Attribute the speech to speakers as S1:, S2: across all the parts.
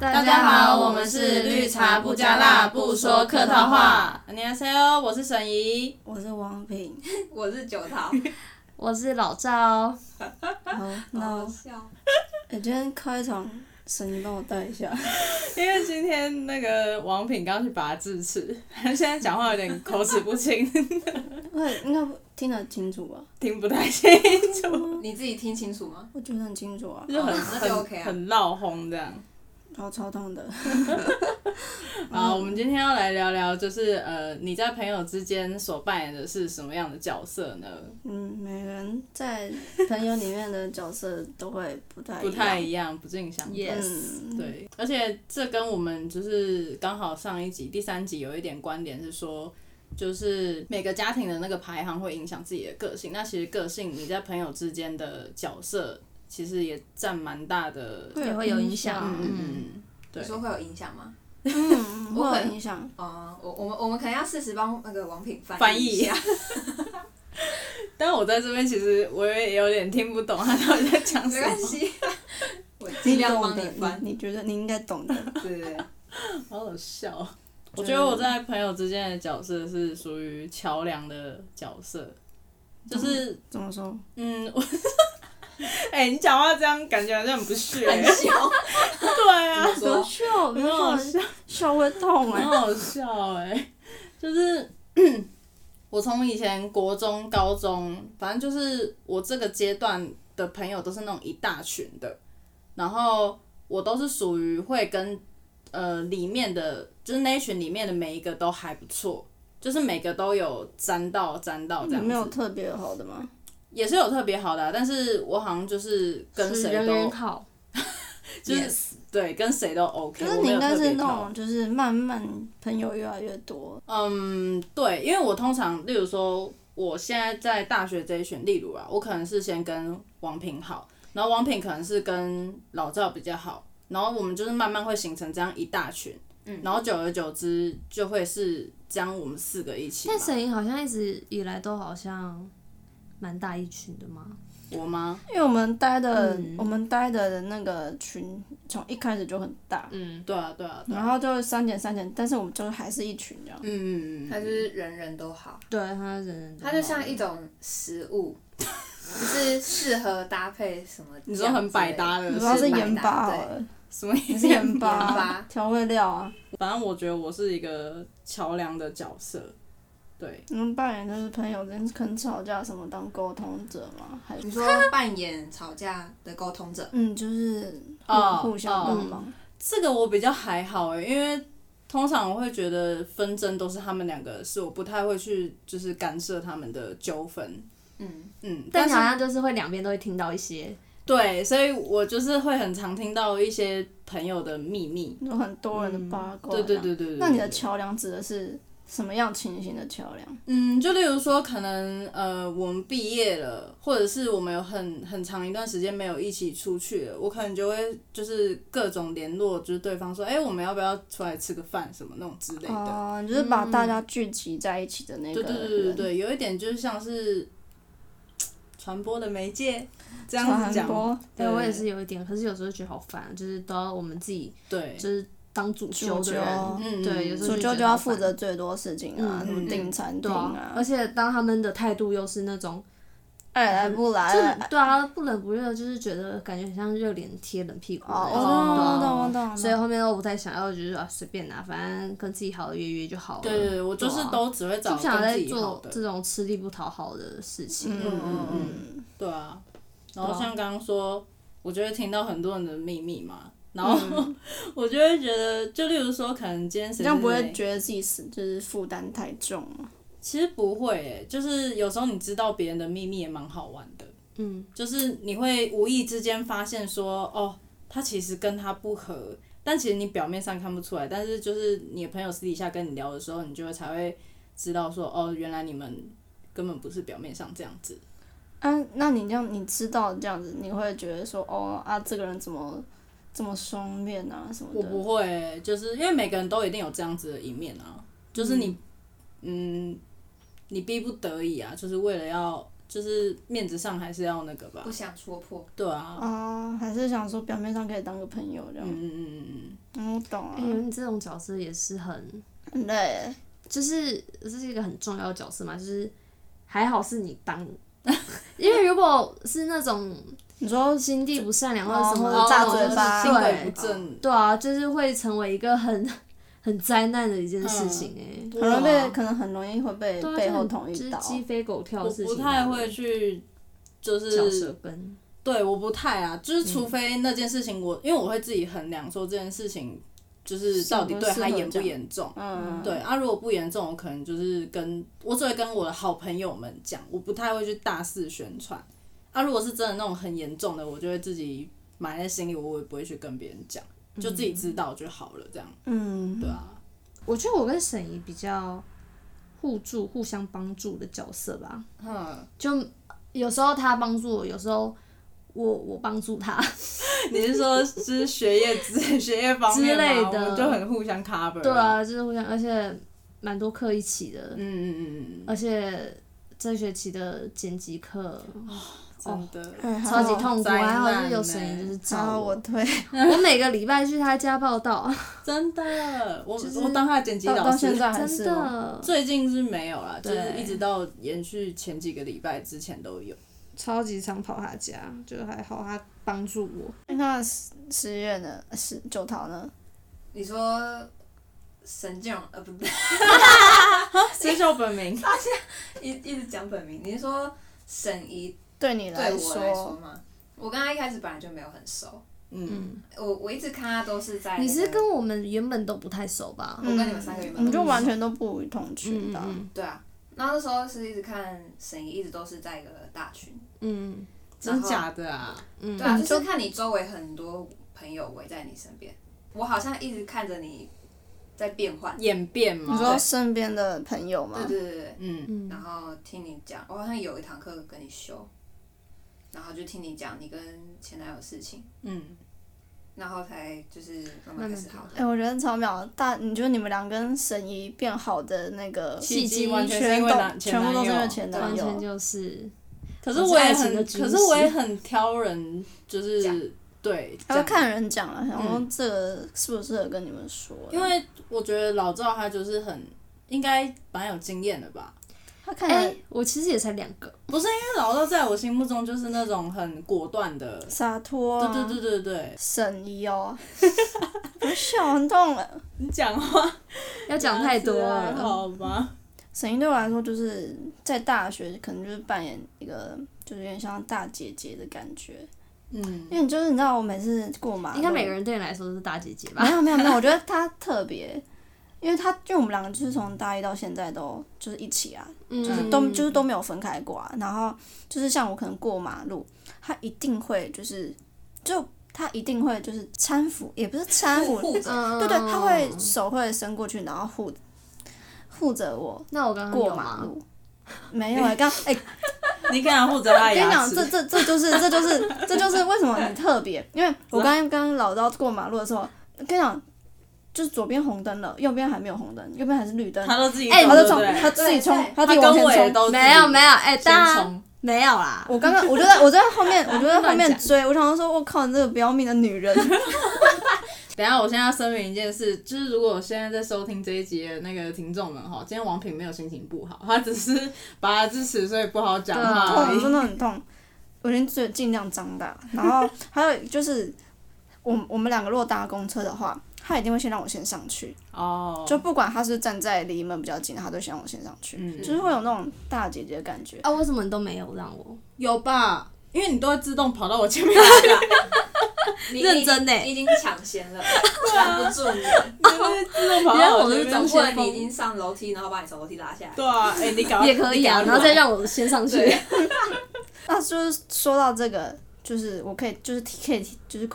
S1: 家好，我们是绿茶不加辣，不说客套话。你好，C.O.，我是沈怡。
S2: 我是王品。
S3: 我是九桃，
S4: 我是老赵，
S2: 好，那
S3: 好
S2: 我
S3: 笑。
S2: 欸今天开场，沈你帮我带一下。
S1: 因为今天那个王品刚去拔智齿， 现在讲话有点口齿不清，
S2: 喂，应该不听得清楚吧？
S1: 听不太清楚，
S3: 你自己听清楚吗？
S2: 我觉得很清楚 啊，
S1: 就很
S3: 哦那就 OK
S1: 很
S3: 啊
S1: 很闹轰这样。
S2: 然后超痛的。
S3: 嗯
S1: 啊，我们今天要来聊聊，就是呃，你在朋友之间所扮演的是什么样的角色呢？
S2: 嗯，每个人在朋友里面的角色都会不太一
S1: 不
S2: 样
S1: 太一样，不尽相同。
S4: Yes，
S2: 嗯，
S1: 对，而且这跟我们就是刚好上一集第三集有一点关联，是说就是每个家庭的那个排行会影响自己的个性。那其实个性你在朋友之间的角色，其实也占蛮大的。
S2: 对
S4: 也会有影响
S1: 嗯嗯
S4: 嗯
S1: 嗯，对
S3: 你说会有影响吗？
S2: 嗯，
S3: 我
S2: 会
S3: 会
S2: 有影响。
S3: 哦、我我们我们可能要适时帮那个王品翻
S1: 翻译
S3: 一下。
S1: 但我在这边其实我也有点听不懂他到底在讲什么
S3: 没关。系，我尽量帮你
S2: 懂的
S3: 翻。
S2: 你你觉得你应该 懂的。
S3: 对对对，
S1: 好好笑哦。啊我
S2: 对
S1: 觉得我在朋友之间的角色是属于桥梁的角色，就是
S2: 怎么说？
S1: 嗯，我 哎、你讲话这样感觉好 像很不屑、
S3: 很笑。
S1: 对啊，
S3: 怎 么说
S2: 笑，
S1: 很好笑，
S2: 笑会痛
S1: 很
S2: 哎。
S1: 好笑哎、就是 我从以前国中、高中，反正就是我这个阶段的朋友都是那种一大群的，然后我都是属于会跟呃里面的，就是那一群里面的每一个都还不错，就是每个都有沾到沾到 这
S2: 你
S1: 样
S2: 嗯没有
S1: 子，
S2: 特别好的吗？
S1: 也是有特别好的啊、但是我好像就是跟
S4: 是
S1: 谁
S4: 人缘
S1: 都
S4: 好，
S1: 就是
S3: Yes
S1: 对跟谁都 OK，
S2: 可是
S1: 我没
S2: 你
S1: 有
S2: 应该
S1: 特
S2: 是
S1: 别
S2: 那
S1: 挑
S2: 种，就是慢慢朋友越来越多。
S1: 嗯，对，因为我通常，例如说，我现在在大学这一群，例如啊，我可能是先跟王品好，然后王品可能是跟老赵比较好，然后我们就是慢慢会形成这样一大群，
S3: 嗯
S1: 然后久而久之就会是将我们四个一起嘛。
S4: 但沈莹好像一直以来都好像蛮大一群的嘛。
S1: 我吗？
S2: 因为我们待的，
S4: 嗯
S2: 我们待的那个群从一开始就很大，
S4: 嗯，
S1: 对啊，对啊，对啊
S2: 然后就三点三点，但是我们就还是一群这样。
S1: 嗯，嗯嗯
S3: 他就是人人都好，
S4: 对，他人人都
S3: 它就
S4: 好
S3: 像一种食物，就是适合搭配什么。
S1: 你说很百搭的
S2: 主
S1: 嗯是
S2: 要是
S3: 百
S2: 盐
S3: 搭
S2: 巴好
S3: 对
S2: 了，
S1: 什么意
S2: 你
S1: 思？
S2: 是盐
S3: 盐
S2: 巴
S3: 巴
S2: 调味料啊，
S1: 反正我觉得我是一个桥梁的角色，对，
S2: 你们扮演就是朋友之间可能吵架什么当沟通者嘛，还是
S3: 你说扮演吵架的沟通者，
S2: 嗯就是互
S1: 哦
S2: 互相帮
S4: 哦
S2: 忙，
S1: 这个我比较还好欸诶，因为通常我会觉得纷争都是他们两个的事，我不太会去就是干涉他们的纠纷。
S3: 嗯，
S1: 嗯，
S4: 但你
S1: 是
S4: 好像就是会两边都会听到一些，
S1: 对，所以我就是会很常听到一些朋友的秘密。
S2: 有很多人的八卦。
S1: 嗯对对。对对对。
S2: 那你的
S1: 对
S2: 桥梁指的是什么样情形的桥梁？
S1: 嗯，就例如说，可能呃，我们毕业了，或者是我们有很很长一段时间没有一起出去了，我可能就会就是各种联络，就是对方说，哎、我们要不要出来吃个饭什么那种之类的。嗯
S2: 哦、你就是把大家聚集在一起的那个
S1: 对
S2: 人。
S1: 对对对对，有一点就是像是传播的媒介这样子
S2: 传
S1: 讲，
S2: 播
S4: 对我也
S1: 对
S4: 是有一点，可是有时候觉得好烦，就是都要我们自己
S1: 对，
S4: 就是当主修
S2: 主
S4: 的人
S2: 修，
S1: 嗯
S4: 对，有时候
S2: 主
S4: 觉
S2: 就
S4: 得
S2: 就要
S4: 好
S2: 负
S4: 烦
S2: 责最多事情啊，
S4: 嗯
S2: 什么
S1: 嗯
S2: 订餐
S4: 对
S2: 厅
S4: 啊
S2: 啊，，
S4: 而且当他们的态度又是那种，
S2: 爱来不来
S4: 就是
S2: 啊。
S4: 对啊，不冷不热，就是觉得感觉很像热脸贴冷屁股的那种
S2: 哦，
S4: 对
S2: 我
S4: 啊
S2: 懂我懂我懂我懂。
S4: 所以后面我不太想要，就是啊随便拿，反正跟自己好的约约就好了。
S1: 对对对，我就是
S4: 对啊
S1: 都只会
S4: 就
S1: 找
S4: 不想
S1: 跟
S4: 再
S1: 自己好
S4: 做
S1: 的，
S4: 这种吃力不讨好的事情。
S2: 嗯嗯嗯，
S1: 对啊。然后
S4: 对啊
S1: 像刚刚说，我就会听到很多人的秘密嘛，然后、
S4: 嗯
S1: 我就会觉得，就例如说，可能今天谁
S2: 这样不
S1: 谁
S2: 会
S1: 谁
S2: 觉得自己是就是负担太重吗？
S1: 其实不会、欸，就是有时候你知道别人的秘密也蛮好玩的。
S4: 嗯，
S1: 就是你会无意之间发现说，哦，他其实跟他不合，但其实你表面上看不出来，但是就是你的朋友私底下跟你聊的时候，你就会才会知道说，哦，原来你们根本不是表面上这样子。
S2: 啊，那你这样你知道这样子，你会觉得说哦啊，这个人怎么这么双面啊什么
S1: 我
S2: 的？
S1: 不会、就是因为每个人都一定有这样子的一面啊，就是你，嗯，你逼不得已啊，就是为了要就是面子上还是要那个吧
S3: 不。想戳破。
S1: 对啊，
S2: 哦，还是想说表面上可以当个朋友这
S1: 嗯
S2: 样。
S1: 嗯嗯嗯嗯，
S2: 嗯，我懂啊
S4: 哎，你们这种角色也是很，
S2: 很累。
S4: 就是这是一个很重要的角色嘛，就是还好是你 当，因为如果是那种
S2: 你说
S4: 心地不善良或者什么
S2: 哦
S4: 的
S2: 大嘴巴
S1: 心
S4: 对
S1: 鬼不正，
S4: 对啊，就是会成为一个很很灾难的一件
S1: 嗯
S4: 事情哎、
S2: 很容易被，可能很容易会被
S4: 对啊
S2: 背
S4: 就
S2: 后
S4: 很
S2: 捅
S4: 就
S2: 一
S4: 是
S2: 刀。
S4: 鸡飞狗跳
S1: 我
S4: 的事情，啊
S1: 不太会去，就
S4: 嚼舌
S1: 是
S4: 根。
S1: 对，我不太啊，就是除非那件事情我，因为我会自己衡量说这件事情就是到底对他严不严重。
S2: 嗯，
S1: 对啊，如果不严重，我可能就是跟我只会跟我的好朋友们讲，我不太会去大肆宣传。啊，如果是真的那种很严重的，我就会自己埋在心里，我也不会去跟别人讲，就自己知道就好了，这样。
S2: 嗯
S1: 对，啊，
S4: 我觉得我跟沈怡比较互助、互相帮助的角色吧，
S1: 哼，
S4: 就有时候他帮助我，有时候我我帮助他。
S1: 你是说就是学业之 学业方面
S4: 之类
S1: 吗
S4: 的
S1: 我们就很互相 cover。
S4: 对，啊，就是互相，而且蛮多课一起的，
S1: 嗯嗯嗯嗯
S4: 而且这学期的剪辑课
S1: 嗯，真 的。
S2: 哎
S4: 超级。痛苦，
S1: 灾
S4: 还好
S1: 难
S4: 是有
S1: 呢
S4: 沈怡就是
S2: 还
S4: 找
S2: 好我
S4: 我，
S2: 退，
S4: 我每个礼拜去他家报道，
S1: 真的，我、
S4: 就是
S1: 我当他的剪辑
S2: 到
S1: 老
S2: 到
S1: 师，
S2: 现在还
S4: 真
S2: 是吗。
S4: 的
S1: 最近是没有啦，就是
S4: 对
S1: 一直到延续前几个礼拜之前都有。
S4: 超级常跑他家，就还好他帮助我。
S2: 那十十月呢？十九桃呢？
S3: 你说沈建荣呃不对，
S1: 谁叫本名？
S3: 一一直讲本名，你是说沈怡
S2: 对你
S3: 对
S2: 来
S3: 我来说吗？我跟他一开始本来就没有很熟，
S1: 嗯，
S4: 嗯，
S3: 我我一直看他都是在、那
S4: 你是
S3: 个
S4: 跟我们原本都不太熟吧？
S3: 我跟你们三个原本
S2: 嗯我们就完全都不同群的啊。
S4: 嗯
S3: 对啊，然后那时候是一直看沈怡，一直都是在一个大群，
S4: 嗯
S1: 真假的啊？
S4: 嗯
S3: 对啊，
S2: 嗯
S3: 就是看你周围很多朋友围在你身边，我好像一直看着你在变换，
S1: 演变
S2: 你
S1: 吗？
S2: 说身边的朋友吗
S3: 对？对对对，
S1: 嗯，
S4: 嗯
S3: 然后听你讲，我好像有一堂课跟你修，然后就听你讲你跟前男友的事情，
S1: 嗯，
S3: 然后才就是慢慢开始好
S2: 哎、我觉得超妙，大你觉得你们俩跟沈怡变好的那个
S1: 契
S4: 机
S1: 机完全是
S2: 全
S1: 因为男
S2: 都
S1: 前
S2: 全
S1: 男
S2: 部都是因为
S1: 友。
S2: 前
S4: 完
S2: 男
S4: 全
S2: 友，
S4: 就是
S1: 可是我也
S4: 我是爱情
S1: 很，
S4: 的军
S1: 可
S4: 师
S1: 是我也很挑人，就
S3: 讲
S1: 是对，
S2: 他会
S1: 讲
S2: 看人讲了，想说
S1: 嗯
S2: 这个适不适合跟你们说，啊
S1: 因为我觉得老赵他就是很应该蛮有经验的吧。
S2: 他看
S4: 哎、
S2: 人
S4: 我其实也才两个，
S1: 因为老赵在我心目中就是那种很果断的，
S2: 洒脱、
S1: 对
S2: 啊，
S1: 对对对对，
S2: 沈怡哦，我笑很痛了。
S1: 你讲话
S4: 要讲太多
S1: 还
S4: 了。
S1: 啊好吧？
S2: 沈怡对我来说，就是在大学可能就是扮演一个，就是有点像大姐姐的感觉，
S1: 嗯
S2: 因为就是你知道，我每次过马路，
S4: 应该每个人对你来说都是大姐姐吧
S2: 没？有没有没有，我觉得他特别，因为他就我们两个就是从大一到现在都就是一起啊，
S1: 就是
S4: 嗯，
S2: 都就是都没有分开过啊。然后就是像我可能过马路，他一定会就是就他一定会就是搀扶，也不是搀扶，
S3: 护着，
S4: 嗯
S2: 对对，他会手会伸过去，然后护护着我
S4: 那我刚刚
S2: 过
S4: 嗯有
S2: 马
S4: 吗？
S2: 路。没有哎、刚哎、
S1: 你敢护着他
S2: 跟你
S1: 牙
S2: 讲，
S1: 齿？
S2: 这这这就是这就是这就是为什么你特别，因为我刚刚刚老赵过马路的时候，跟你讲，就是左边红灯了，右边还没有红灯，右边还是绿灯，
S1: 他都自己
S4: 哎
S1: 走
S2: 他
S1: 对
S2: 就
S1: 不
S2: 冲，
S1: 对
S2: 他自己冲
S3: 对，
S2: 他自己
S1: 跟
S2: 往
S1: 我也
S2: 前冲。
S1: 都自己
S4: 没有没有，哎、
S1: 先
S4: 大家
S1: 冲，
S4: 没有啦。
S2: 我刚刚我就在我就在后面，我就在后
S4: 乱
S2: 面
S4: 讲
S2: 追，我想说，我靠，你这个不要命的 女人，
S1: 等一下，我现在要声明一件事，就是如果现在在收听这一集的那个听众们哈，今天王品没有心情不好，他只是拔牙智齿，所以不好讲话而
S2: 痛，
S1: 已。
S2: 真的很痛，我已经最尽量张大。然后还有就是，我我们两个如果搭公车的话，他一定会先让我先上去，
S1: 哦，
S2: 就不管他是站在离门比较近，他都先让我先上去，
S1: 嗯
S2: 就是会有那种大姐姐的感觉。
S4: 啊，为什么你都没有让我？
S1: 有吧？因为你都会自动跑到我前面啊去了，
S3: 你
S4: 认真呢
S3: 你已经抢先 了，拦
S4: 啊
S3: 不住你，
S1: 你都会自动跑
S4: 你
S1: 到前面
S4: 让我
S1: 去
S4: 是
S3: 或者你已经上楼梯，然后把你从楼梯拉下来，
S1: 对啊，哎、你搞
S4: 也可以啊，然后再让我先上去。
S2: 那就是说到这个，就是我可以，就是可以，就是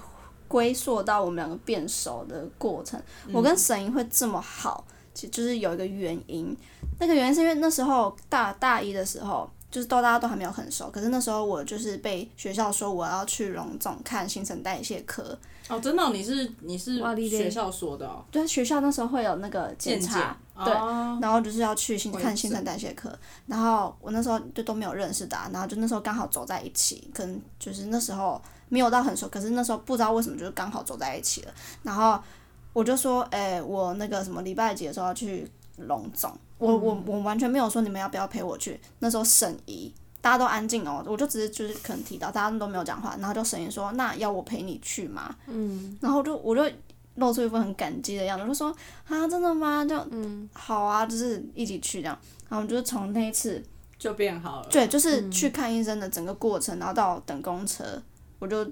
S2: 归溯到我们两个变熟的过程。我
S1: 嗯
S2: 跟沈莹会这么好，其实就是有一个原因。那个原因是因为那时候大大一的时候，就是到大家都还没有很熟，可是那时候我就是被学校说我要去荣总看新陈代谢科，
S1: 哦，真的哦、你是你是
S4: 哇你嘞
S1: 学校说的哦，
S2: 对，学校那时候会有那个检
S1: 健
S2: 查，
S1: 检
S2: 对
S1: 哦
S2: 然后就是要去新
S1: 我也
S2: 看
S1: 是
S2: 新陈代谢科，然后我那时候就都没有认识的啊、然后就那时候刚好走在一起，可能就是那时候没有到很熟，可是那时候不知道为什么就是刚好走在一起了，然后我就说，哎、我那个什么礼拜几的时候要去龙总，我我
S1: 嗯
S2: 我完全没有说你们要不要陪我去，那时候沈怡。大家都安静哦，我就只是就是可能提到，大家都没有讲话，然后就沈怡说：“那要我陪你去吗？”嗯，然后我就我就露出一副很感激的样子，我就说：“啊，真的吗？”就好啊，就是一起去这样。然后我们就是从那一次，
S1: 就变好了。
S2: 对，就是去看医生的整个过程，然后到等公车，我就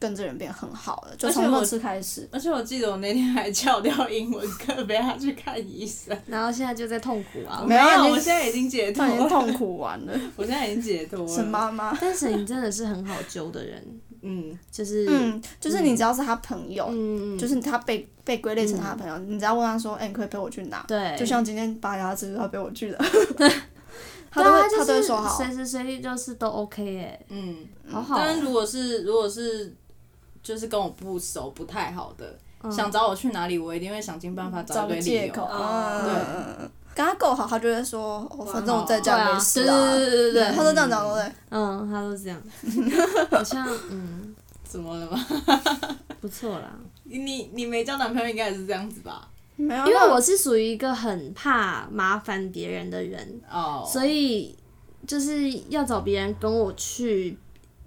S2: 跟这人变很好了，就
S1: 而且
S2: 从那
S1: 我
S2: 次开始。
S1: 而且我记得我那天还翘掉英文课，陪他去看医生。
S4: 然后现在就在痛苦啊。
S2: 没有
S1: 有，
S2: 你
S1: 我现在已经解
S2: 突
S1: 脱
S2: 然间
S1: 了，
S2: 痛苦完了，
S1: 我现在已经解脱了。
S2: 沈？妈妈。
S4: 但沈莹真的是很好揪的人，
S1: 嗯，
S4: 就是
S2: 嗯，就是你只要是他朋友，
S4: 嗯
S2: 就是他被被归类成他的朋友，你只要问他说：“哎、你可以陪我去哪？”
S4: 对，
S2: 就像今天拔牙齿，他陪我去的，他
S4: 对
S2: 都会、
S4: 啊，就是
S2: 他都会说好。
S4: 随时随地就是都 OK 哎，
S1: 嗯，
S4: 好好
S1: 但
S4: 哦。
S1: 如果是如果是就是跟我不熟不太好的，
S4: 嗯
S1: 想找我去哪里，我一定会想尽办法
S2: 找
S1: 一堆
S2: 个
S1: 理
S2: 借
S1: 由
S2: 口，
S3: 哦
S2: 嗯，跟他够好，他就会说，哦，反正我在
S4: 对
S2: 家
S4: 啊对
S2: 没事
S4: 对
S2: 啊，
S4: 对对对对，
S2: 他都这样讲，对不对？
S4: 嗯，他都这样，好像嗯
S1: 怎么了吗？
S4: 不错啦。
S1: 你你没交男朋友应该也是这样子吧？
S2: 没有，
S4: 因为我是属于一个很怕麻烦别人的人，
S1: 哦，
S4: 所以就是要找别人跟我去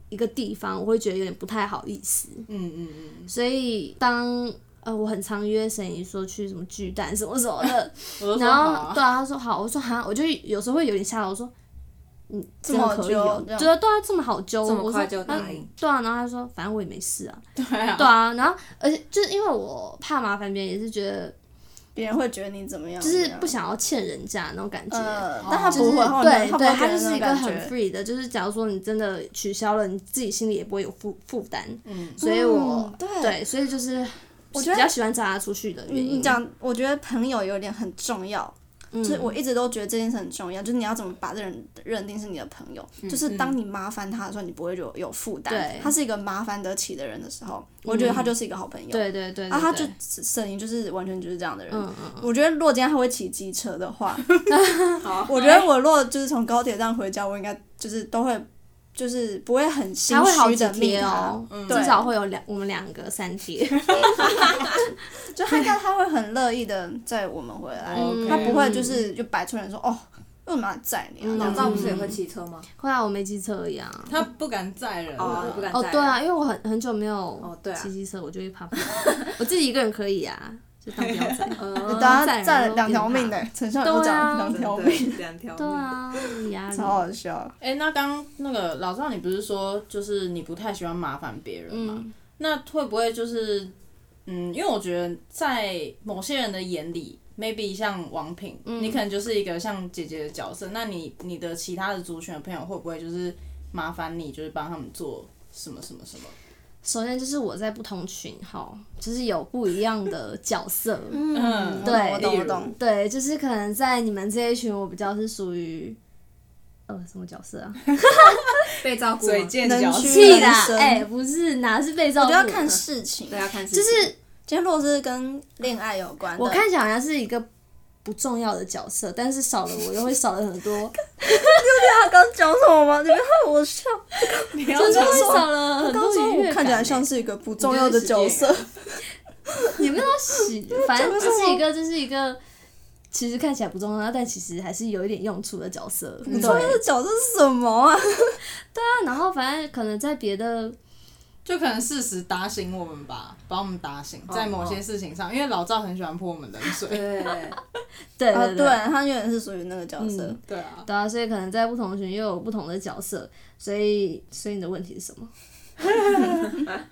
S4: 一个地方，我会觉得有点不太好意思。
S1: 嗯嗯嗯，
S4: 所以当呃我很常约沈怡说去什么巨蛋什么什么的，
S1: 我就说
S4: 然
S1: 好
S4: 后
S1: 啊
S4: 对啊，他说好，我说哈，我就有时候会有点吓到，我说。嗯，
S2: 这
S4: 真的
S2: 么好
S4: 可以哦、
S2: 揪这样
S4: 觉得对啊，这么好揪，
S3: 这么
S4: 我说
S3: 快就
S4: 他
S3: 答应
S4: 对啊，然后他说，反正我也没事啊，
S1: 对啊，
S4: 对啊，然后而且就是因为我怕麻烦别人，也是觉得
S2: 别人会觉得你怎么样，
S4: 就是不
S2: 怎么样，
S4: 想要欠人家那种感觉，
S2: 嗯啊呃，
S1: 哦
S2: 但他
S4: 就
S2: 不
S4: 是
S2: 会，他不
S4: 对
S2: 他不
S4: 对，
S2: 会
S4: 它
S2: 给
S4: 就
S2: 人那
S4: 是
S2: 种
S4: 一个
S2: 感
S4: 很
S2: 觉。
S4: free 的，就是假如说你真的取消了，你自己心里也不会有负负担。
S1: 嗯，
S4: 所以我、
S2: 嗯对
S4: 对，所以就是
S2: 我觉得
S4: 比较喜欢找他出去的
S2: 你
S4: 原因。
S2: 你讲，我觉得朋友有点很重要，
S4: 嗯
S2: 就是我一直都觉得这件事很重要，就是你要怎么把这人认定是你的朋友，就是当你麻烦他的时候，你不会有有负
S4: 嗯
S2: 担
S4: 对，嗯
S2: 他是一个麻烦得起的人的时候，我觉得他就是一个好朋友。
S4: 对对对
S2: 啊，他就
S4: 对
S2: 沈怡就是完全就是这样的人，
S4: 嗯嗯
S2: 我觉得若今天他会骑机车的话，
S1: 好，
S2: 我觉得我若就是从高铁站回家，我应该就是都会，就是不会很心
S4: 他会好
S2: 虚
S4: 几
S2: 的嗯密
S4: 贴
S2: 他，
S4: 哦，
S2: 对
S4: 至少会有两我们两个三 贴，
S2: 就他应该他会很乐意的载我们回来，
S1: 嗯
S2: 他不会就是就摆出来说哦，为什么要载你啊？
S4: 嗯
S2: 然
S3: 老
S2: 后
S3: 赵不是也会骑车吗？
S4: 后来我没机车一样。
S1: 他不敢载人
S3: 哦，不
S1: 了，
S3: 敢
S4: 哦
S3: 载，
S4: 对啊，因为我很很久没
S2: 哦
S4: 有
S3: 对啊
S4: 骑机车，我就会怕怕。我自己一个人可以啊，就当不要载。
S3: 嗯，
S2: 大
S4: 载
S2: 家
S4: 人
S2: 载
S4: 都
S2: 了两条
S4: 变胖
S2: 命呢，陈校长
S4: 对啊
S2: 两
S3: 真
S2: 条
S3: 的
S2: 命，
S3: 两条
S4: 对
S3: 命，
S4: 啊，压力
S2: 超好笑。
S1: 哎、那刚那个老赵，你不是说就是你不太喜欢麻烦别人吗？
S4: 嗯
S1: 那会不会就是，嗯，因为我觉得在某些人的眼里，maybe 像王品，你可能就是一个像姐姐的角色。那你你的其他的族群的朋友会不会就是麻烦你，就是帮他们做什么什么什么？
S4: 首先就是我在不同群号，就是有不一样的角色。
S1: 嗯
S2: 嗯，我懂
S4: 对
S2: 我懂
S1: 例
S2: 我
S1: 如
S2: 懂。
S4: 对，就是可能在你们这一群，我比较是属于呃什么角色 啊？
S3: 被照顾吗，
S1: 嘴贱角
S2: 能
S1: 色
S2: 屈
S4: 屁啦
S2: 人！生
S4: 哎、不是，哪是被照
S2: 我
S4: 顾
S2: 觉
S4: 的？
S2: 得要看事情，
S3: 对，要啊看事
S4: 就
S3: 情
S4: 是
S2: 今天如果是跟恋爱有关的，
S4: 我看起来好像是一个不重要的角色，但是少了我又会少了很 多，
S2: 他刚讲什么吗？你们害我笑。
S1: 你要
S4: 就是
S1: 讲
S4: 会
S1: 什么
S4: 少了很
S2: 刚
S4: 多
S2: 说
S4: 愉悦感
S2: 我看起来 像
S4: 欸
S2: 是一个不重要的角色，
S4: 你们都洗，反正 就是一个就是一个，其实看起来不重要，但其实还是有一点用处的角色。
S2: 不
S4: 嗯对。
S2: 重要的角色是什么啊？
S4: 然后反正可能在别的，
S1: 就可能适时打醒我们吧，把我们打醒，
S3: 哦
S1: 在某些事情上，因为老赵很喜欢泼我们冷水。
S3: 对，
S4: 对
S2: 啊，
S4: 对
S2: 对，他永远是属于那个角色
S4: 嗯。
S1: 对啊，
S4: 对啊，所以可能在不同群又有不同的角色，所以所以你的问题是什么？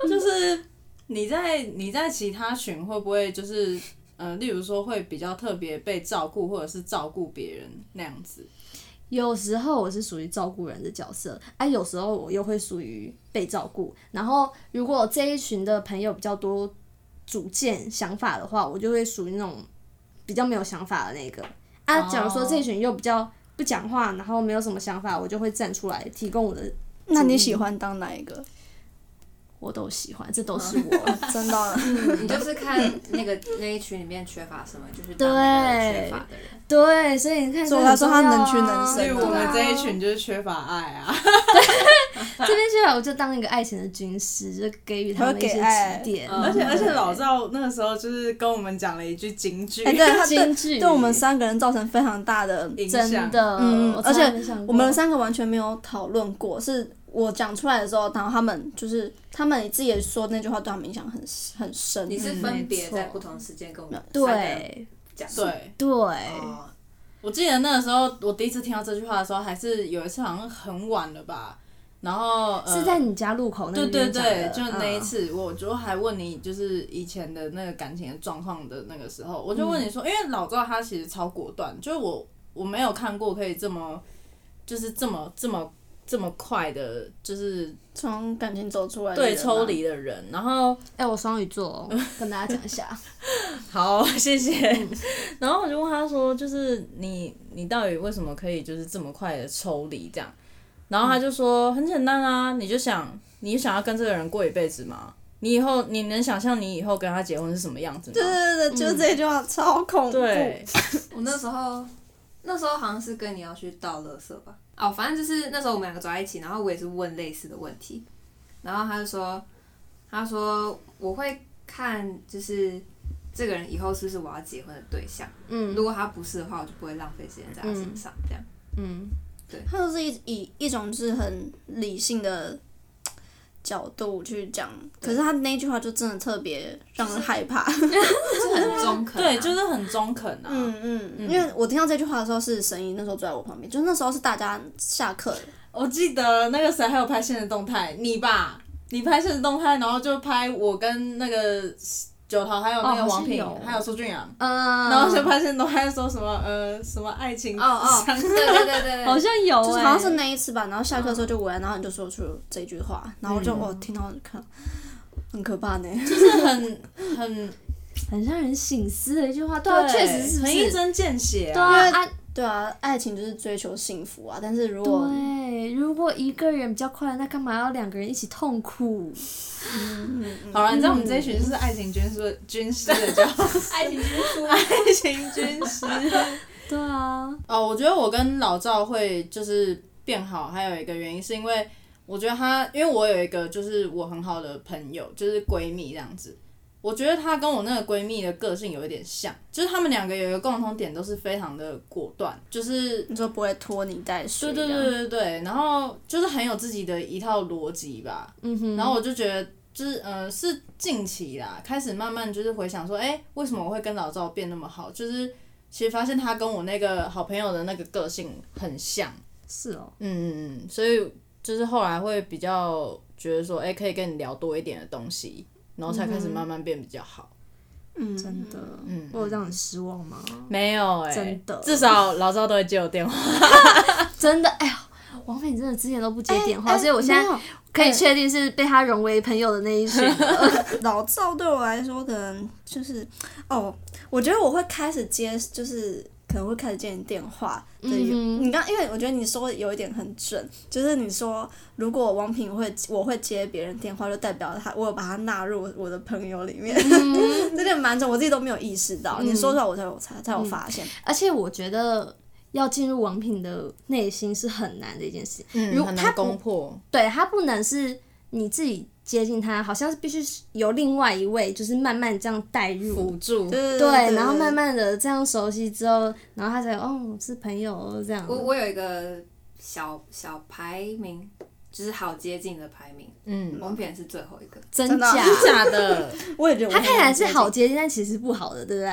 S1: 就是你在你在其他群会不会就是呃，例如说会比较特别被照顾，或者是照顾别人那样子？
S4: 有时候我是属于照顾人的角色，啊，有时候我又会属于被照顾。然后如果这一群的朋友比较多主见想法的话，我就会属于那种比较没有想法的那个。啊，
S1: 哦
S4: 假如说这一群又比较不讲话，然后没有什么想法，我就会站出来提供我的，
S2: 那你喜欢当哪一个？
S4: 我都喜欢，这都是我。
S2: 真的，
S3: 你就是看那个那一群里面缺乏什么，就是当那个缺乏的人。
S4: 对，所以你看，
S2: 所以我才说他
S4: 这很重要
S2: 能屈能
S4: 啊
S2: 伸
S1: 所以我
S2: 对
S1: 们
S2: 啊
S1: 这一群就是缺乏爱啊。
S4: 这边去来，我就当一个爱情的军师，就给予他们一些
S2: 我要给爱
S4: 指点。
S1: 而且而且老
S4: 赵
S1: 赵那个时候就是跟我们讲了一句金句，
S2: 哎、对他
S4: 京
S2: 对
S4: 剧
S2: 对我们三个人造成非常大 的
S1: 影响
S4: 真的，
S2: 嗯
S4: 我
S2: 而且
S4: 从来没想过
S2: 我们三个完全没有讨论过，是我讲出来的时候，然后他们就是他们自己也说那句话对他们影响很很深。
S3: 你是分别
S4: 没
S3: 在
S4: 错
S3: 不同时间跟我们三个人
S4: 对
S3: 讲
S1: 对。
S4: 对，
S3: 哦，
S1: 我记得那个时候，我第一次听到这句话的时候，还是有一次好像很晚了吧，然后、呃、
S4: 是在你家路口那
S1: 对
S4: 边
S1: 对
S4: 讲的
S1: 对，就那一
S4: 嗯
S1: 次，我就还问你，就是以前的那个感情的状况的那个时候，我就问你说，因为老赵他其实超果断，就是我我没有看过可以这么，就是这么这么这么快的，就是
S2: 从感情走出来的人
S1: 对
S2: 啊，
S1: 抽离的人，然后
S4: 哎、我双鱼座、哦，跟大家讲一下。
S1: 好， 谢谢。然后我就问他说，就是你你到底为什么可以就是这么快的抽离这样？然后他就说、很简单啊，你就想你想要跟这个人过一辈子吗？你以后你能想象你以后跟他结婚是什么样子
S2: 对
S1: 吗？
S2: 对对对，就是这句话、超恐怖。
S1: 对，
S3: 我那时候那时候好像是跟你要去倒垃圾吧，哦，反正就是那时候我们两个走在一起，然后我也是问类似的问题，然后他就说，他说我会看就是这个人以后是不是我要结婚的对象，
S4: 嗯
S3: 如果他不是的话，我就不会浪费时间在他身上，这样。
S4: 嗯，
S2: 他就是以以一种就是很理性的角度去讲，可是他那句话就真的特别让人害怕。
S3: 就是很中肯、啊。
S1: 对，就是很中肯啊。
S2: 嗯嗯，因为我听到这句话的时候是沈怡那时候坐在我旁边，就是那时候是大家下课了，
S1: 我记得那个谁还有拍现实动态，你吧，你拍现实动态，然后就拍我跟那个九桃还有那
S4: 哦好
S1: 个
S4: 像
S1: 王品，
S4: 有
S1: 还有苏俊阳。
S4: 呃，
S1: 然后就发现都还说什么呃什么爱情
S3: 哦哦，对对对对
S4: 好
S3: 对，
S4: 像有、欸，
S2: 就是好像是那一次吧。然后下课的时候就围，然后你就说出这句话，然后我就我听到就看，很可怕呢。
S1: 就是很很
S4: 很让人醒思的一句话。对啊，确实是不
S1: 很一
S4: 是？
S1: 针见血
S4: 对
S1: 啊。
S4: 啊，啊
S2: 对啊，爱情就是追求幸福啊，但是如果
S4: 对，如果一个人比较快乐，那干嘛要两个人一起痛苦？
S1: 好了，你知道我
S4: 嗯
S1: 们这一群就是爱情军师军师的叫
S3: 爱情之书。
S1: 爱情 军师。
S4: 对啊，
S1: 哦，我觉得我跟老赵会就是变好，还有一个原因是因为我觉得他，因为我有一个就是我很好的朋友，就是闺蜜这样子。我觉得她跟我那个闺蜜的个性有一点像，就是她们两个有一个共同点，都是非常的果断，就是
S2: 你说不会拖泥带水，
S1: 对对对，对对，然后就是很有自己的一套逻辑吧。
S4: 嗯哼，
S1: 然后我就觉得，就是呃，是近期啦，开始慢慢就是回想说，哎、为什么我会跟老赵变那么好？就是其实发现他跟我那个好朋友的那个个性很像，
S4: 是哦，
S1: 嗯嗯嗯，所以就是后来会比较觉得说，哎、可以跟你聊多一点的东西，然后才开始慢慢变比较好。
S2: 嗯，
S4: 真的，
S1: 嗯
S4: 我有让你失望吗？
S1: 没有哎、
S4: 真的
S1: 至少老赵都会接我电话。
S4: 真的，哎呀。王菲，你真的之前都不接电话，
S2: 哎
S4: 所以我现
S2: 没
S4: 在
S2: 有
S4: 可以确定是被他融为朋友的那一群了。
S2: 老赵对我来说，可能就是哦，我觉得我会开始接，就是可能会开始接你电话的有。
S4: 嗯哼
S2: 你刚因为我觉得你说有一点很准，就是你说如果王品会我会接别人电话，就代表他我有把他纳入我的朋友里面，
S4: 嗯
S2: 这点蛮准，我自己都没有意识到。你说出来我才有才才
S4: 嗯
S2: 有发现。
S4: 而且我觉得要进入王品的内心是很难的一件事，
S1: 嗯，
S4: 如
S1: 很
S4: 他
S1: 难
S4: 不
S1: 攻破。
S4: 对他不能是你自己接近他，好像是必须是由另外一位就是慢慢这样带入。
S1: 辅助，
S2: 对
S4: 对，然后慢慢的这样熟悉之后，然后他才哦是朋友哦这样。
S3: 我我有一个小小排名，就是好接近的排名，
S1: 嗯，
S3: 王品是最后一个。
S4: 真
S2: 真的啊
S4: 假？
S1: 真假 的，
S2: 我也觉得我
S4: 他看起来是
S2: 很
S4: 好接近，但其实不好的，对不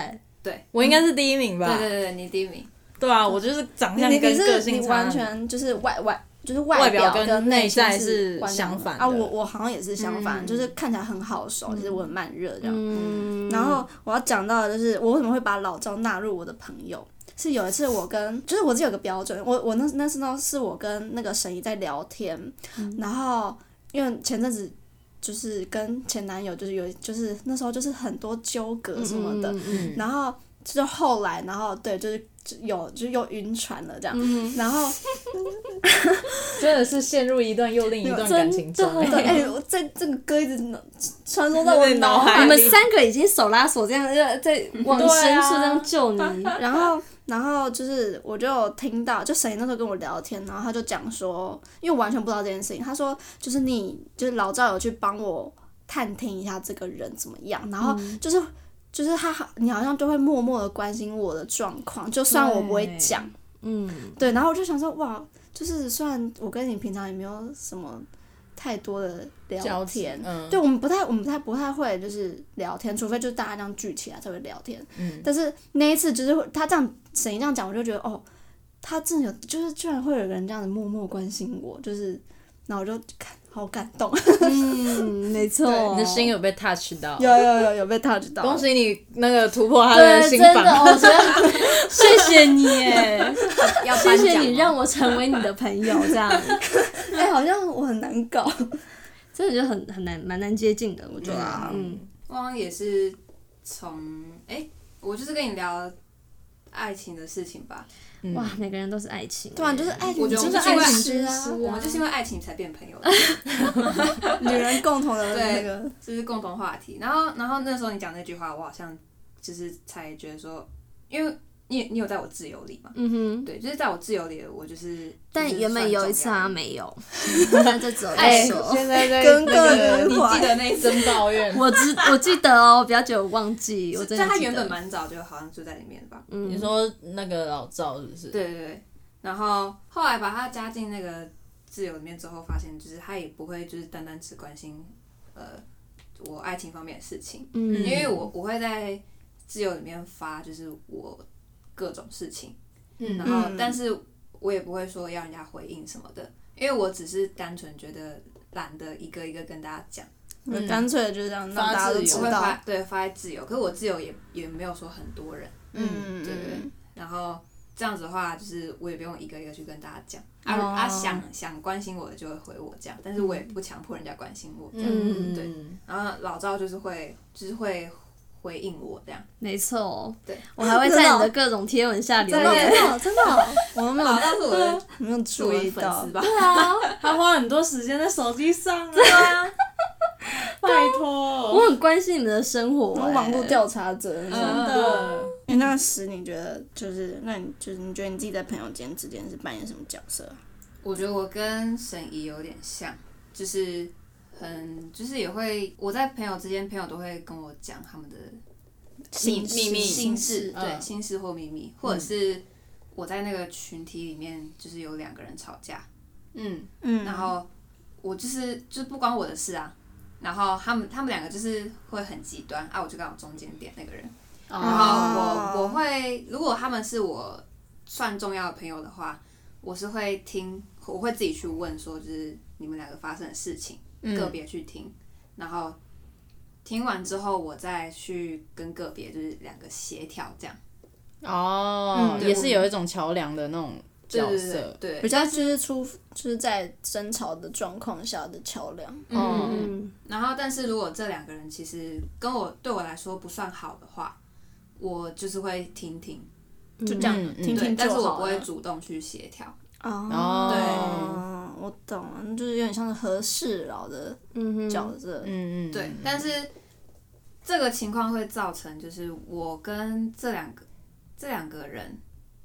S4: 对？
S1: 我应该是第一名吧？
S3: 嗯对对对，你第一 名。
S1: 对啊，我就是长
S2: 你
S1: 相
S2: 你
S1: 跟
S2: 你
S1: 个
S2: 是你
S1: 性
S2: 完
S1: 差很
S2: 全就是外外就是
S1: 外
S2: 外
S1: 表跟
S2: 跟
S1: 内
S2: 内心
S1: 在是
S2: 是完全
S1: 相反的
S2: 啊，我我好像也是相反，
S1: 嗯
S2: 就是看起来很好熟，其实我很慢热这样。
S4: 嗯
S2: 然后我要讲到的就是，我为什么会把老赵纳入我的朋友？是有一次我跟，就是我自己有个标准，我我那那时候是我跟那个沈怡在聊天，
S1: 嗯
S2: 然后因为前阵子就是跟前男友就是有就是那时候就是很多纠葛什么的，
S4: 嗯嗯嗯嗯
S2: 然后就后来，然后对，就是就有就又晕船了这样，然后
S5: 真的是陷入一段又另一段感情中、
S4: 真
S2: 对，
S5: 欸
S2: 哎、我在这个歌一直脑穿梭在 我
S5: 在脑
S2: 脑
S5: 海
S4: 你
S2: 海
S4: 嗯们三个已经手拉手这样在在往
S5: 对啊
S4: 深处这样救你，
S2: 然后，然后就是我就有听到，就谁那时候跟我聊天，然后他就讲说，因为我完全不知道这件事情，他说就是你就是老赵有去帮我探听一下这个人怎么样，然后就是。就是他好，你好像就会默默的关心我的状况，就算我不会
S5: 对
S2: 讲，
S4: 嗯，
S2: 对，然后我就想说，哇，就是虽然我跟你平常也没有什么太多的聊
S1: 交
S2: 天
S1: 钱，，嗯，
S2: 对，我们不太，我们不太不太会就是聊天，除非就是大家这样聚起来才会聊天。
S1: 嗯
S2: 但是那一次就是会他这样沈一这样讲，我就觉得哦，他真的有，就是居然会有人这样子默默关心我，就是，然后我就看好感动，
S4: 嗯，没错，
S2: 对
S5: 你的心有被 touch 到，
S2: 有有有有被 touch 到，
S5: 恭喜你那个突破他的
S4: 对，
S5: 心
S4: 真的，
S5: 房，
S4: 我觉得谢谢你耶，
S3: 要
S4: 谢
S3: 颁
S4: 谢
S3: 奖
S4: 你
S3: 吗
S4: 让我成为你的朋友，这样
S2: 哎、好像我很难搞，
S4: 真的就很很难，蛮难接近的，我觉
S2: 对
S4: 得，
S2: 啊
S4: 嗯，
S3: 我好像也是从哎、我就是跟你聊爱情的事情吧，
S1: 嗯
S4: 哇，每个人都是爱情耶，
S2: 对啊，就是爱情，
S3: 我觉得
S2: 就是
S3: 我们
S2: 爱
S3: 是
S2: 情啊，
S4: 是
S3: 我
S4: 啊
S3: 们就是因为爱情才变朋友的，
S2: 女人共同的那
S3: 对
S2: 个，
S3: 这是共同话题。然后，然后那时候你讲那句话，我好像就是才觉得说，因为你你有在我自由里嘛，
S4: 嗯哼。
S3: 对，就是在我自由里，我就是
S4: 但原本有一次啊，
S3: 啊，
S4: 没有， 那就只有
S1: 哎
S4: 一说。
S5: 现在在
S2: 跟
S5: 那
S2: 个
S5: 个
S2: 人
S5: 你
S2: 怀
S3: 记得那一次，
S5: 真抱怨，
S4: 我知我记得哦，不要觉得我忘记，我
S3: 就
S4: 真的
S3: 他
S4: 记
S3: 原本
S4: 得。
S3: 蛮早就好像就在里面的吧，
S4: 嗯
S5: 你说那个老赵是不是？
S3: 对对对。然后后来把他加进那个自由里面之后，发现就是他也不会就是单单只关心呃我爱情方面的事情，
S4: 嗯
S3: 因为我我会在自由里面发就是我各种事情。然
S1: 嗯，
S3: 后
S2: 嗯
S3: 但是我也不会说要人家回应什么的，因为我只是单纯觉得懒得一个一个跟大家讲，
S1: 嗯
S2: 干脆就是这样让
S1: 发
S2: 大家都
S1: 自
S2: 知
S1: 由
S3: 我会
S2: 道
S3: 发，对发在自由，可是我自由也也没有说很多人，
S2: 嗯，
S3: 对对对，然后这样子的话，就是我也不用一个一个去跟大家讲，啊、
S2: 哦
S3: 啊想想关心我的就会回我这样，但是我也不强迫人家关心我这样，
S4: 嗯
S3: 对，然后老赵就是会就是会回应我这样，
S4: 没错，
S3: 对
S4: 我还会在你的各种贴文下留
S3: 真
S4: 言。
S3: 的
S2: 真的 真的，我们没 有
S3: 老赵是我的
S2: 没有
S3: 注
S2: 注
S3: 意
S2: 意
S3: 粉
S2: 到
S3: 丝，吧，
S4: 啊
S1: 他花很多时间在手机上啊，拜托，
S4: 我很关心你们的生活、
S2: 我
S4: 欸，
S2: 们网络调查者那
S1: 真
S2: 种。
S1: 的，
S2: 哎那时你觉得就是，那你就是你觉得你自己在朋友间之间是扮演什么角色？
S3: 我觉得我跟沈怡有点像，就是很就是也会我在朋友之间，朋友都会跟我讲他们的
S1: 秘秘密
S3: 心事，
S1: 嗯
S3: 对心事或秘密，或者是我在那个群体里面，就是有两个人吵架，
S1: 嗯，
S2: 嗯，
S3: 然后我就是就是不关我的事啊，然后他们他们两个就是会很极端啊，我就刚好中间点那个人。然
S2: 哦
S3: 后我我会，如果他们是我算重要的朋友的话，我是会听，我会自己去问说，就是你们两个发生的事情，
S1: 嗯
S3: 个别去听，然后听完之后，我再去跟个别就是两个协调这样
S1: 哦，
S2: 嗯
S1: 也是有一种桥梁的那种角色，
S3: 对对对
S2: 比较就是出就是在争吵的状况下的桥梁。
S3: 嗯
S1: 哦
S3: 嗯嗯。
S4: 嗯，
S3: 然后，但是如果这两个人其实跟我对我来说不算好的话，我就是会听听，
S2: 就这样
S1: 嗯嗯
S2: 听
S3: 对，
S2: 听
S3: 但
S2: 就是
S3: 我
S2: 好
S3: 不会
S2: 了。
S3: 主动去协调。
S1: 哦
S2: 哦，我懂了，就是有点像是和事佬的
S4: 嗯哼，
S2: 角色。
S1: 嗯嗯，
S3: 对，但是这个情况会造成，就是我跟这两个这两个人，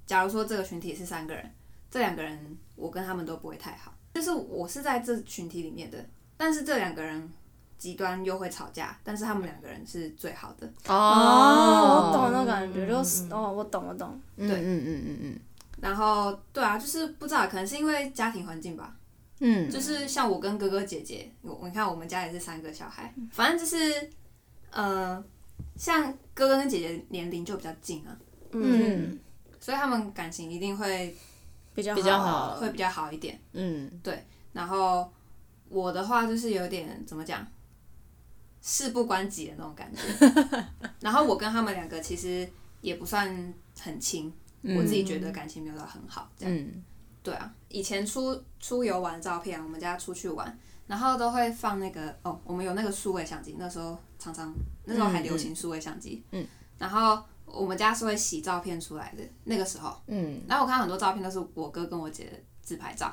S3: 假如说这个群体是三个人，这两个人我跟他们都不会太好，就是我是在这群体里面的，但是这两个人极端又会吵架，但是他们两个人是最好的。
S2: 哦，
S1: 哦，
S2: 我懂那种感觉，就是哦，我懂我懂。
S1: 嗯
S3: 对
S1: 嗯嗯嗯嗯
S3: 然后对啊，就是不知道，可能是因为家庭环境吧，
S1: 嗯，
S3: 就是像我跟哥哥姐姐，我你看我们家也是三个小孩，反正就是呃，像哥哥跟姐姐年龄就比较近啊，
S2: 嗯，
S3: 所以他们感情一定会
S2: 比较
S1: 比较
S2: 好。
S1: 好，
S3: 会比较好一点。
S1: 嗯
S3: 然后我的话就是有点怎么讲，事不关己的那种感觉。然后我跟他们两个其实也不算很亲，我自己觉得感情没有到很好，这样。
S1: 嗯
S3: 对啊，以前出出游玩的照片啊，我们家出去玩，然后都会放那个哦，我们有那个数位相机，那时候常常那时候还流行数位相机，
S1: 嗯嗯，
S3: 然后我们家是会洗照片出来的，那个时候，
S1: 嗯，
S3: 然后我看到很多照片都是我哥跟我姐的自拍照，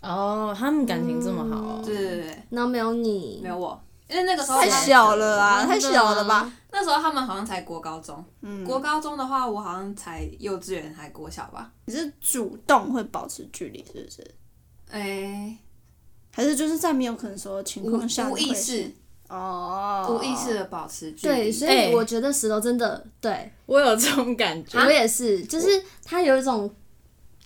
S1: 哦，他们感情这么好、哦，
S3: 嗯对对对对，
S4: 然后没有你，
S3: 没有我，因为那个时候
S2: 嗯太
S3: 他们
S2: 小了啊，
S4: 真
S2: 太
S4: 的
S2: 小了吧？
S3: 那时候他们好像才国高中，
S2: 嗯，
S3: 国高中的话，我好像才幼稚园还国小吧，
S2: 你是主动会保持距离，是不是？
S3: 哎、
S2: 还是就是在没有可能说的情
S3: 无
S2: 况下，
S3: 无意识，
S2: 哦，
S3: 无意识的保持距离，
S4: 对，所
S1: 哎啊
S4: 以我觉得石头真的对
S1: 我有这种感觉。
S4: 我也是，就是它有一种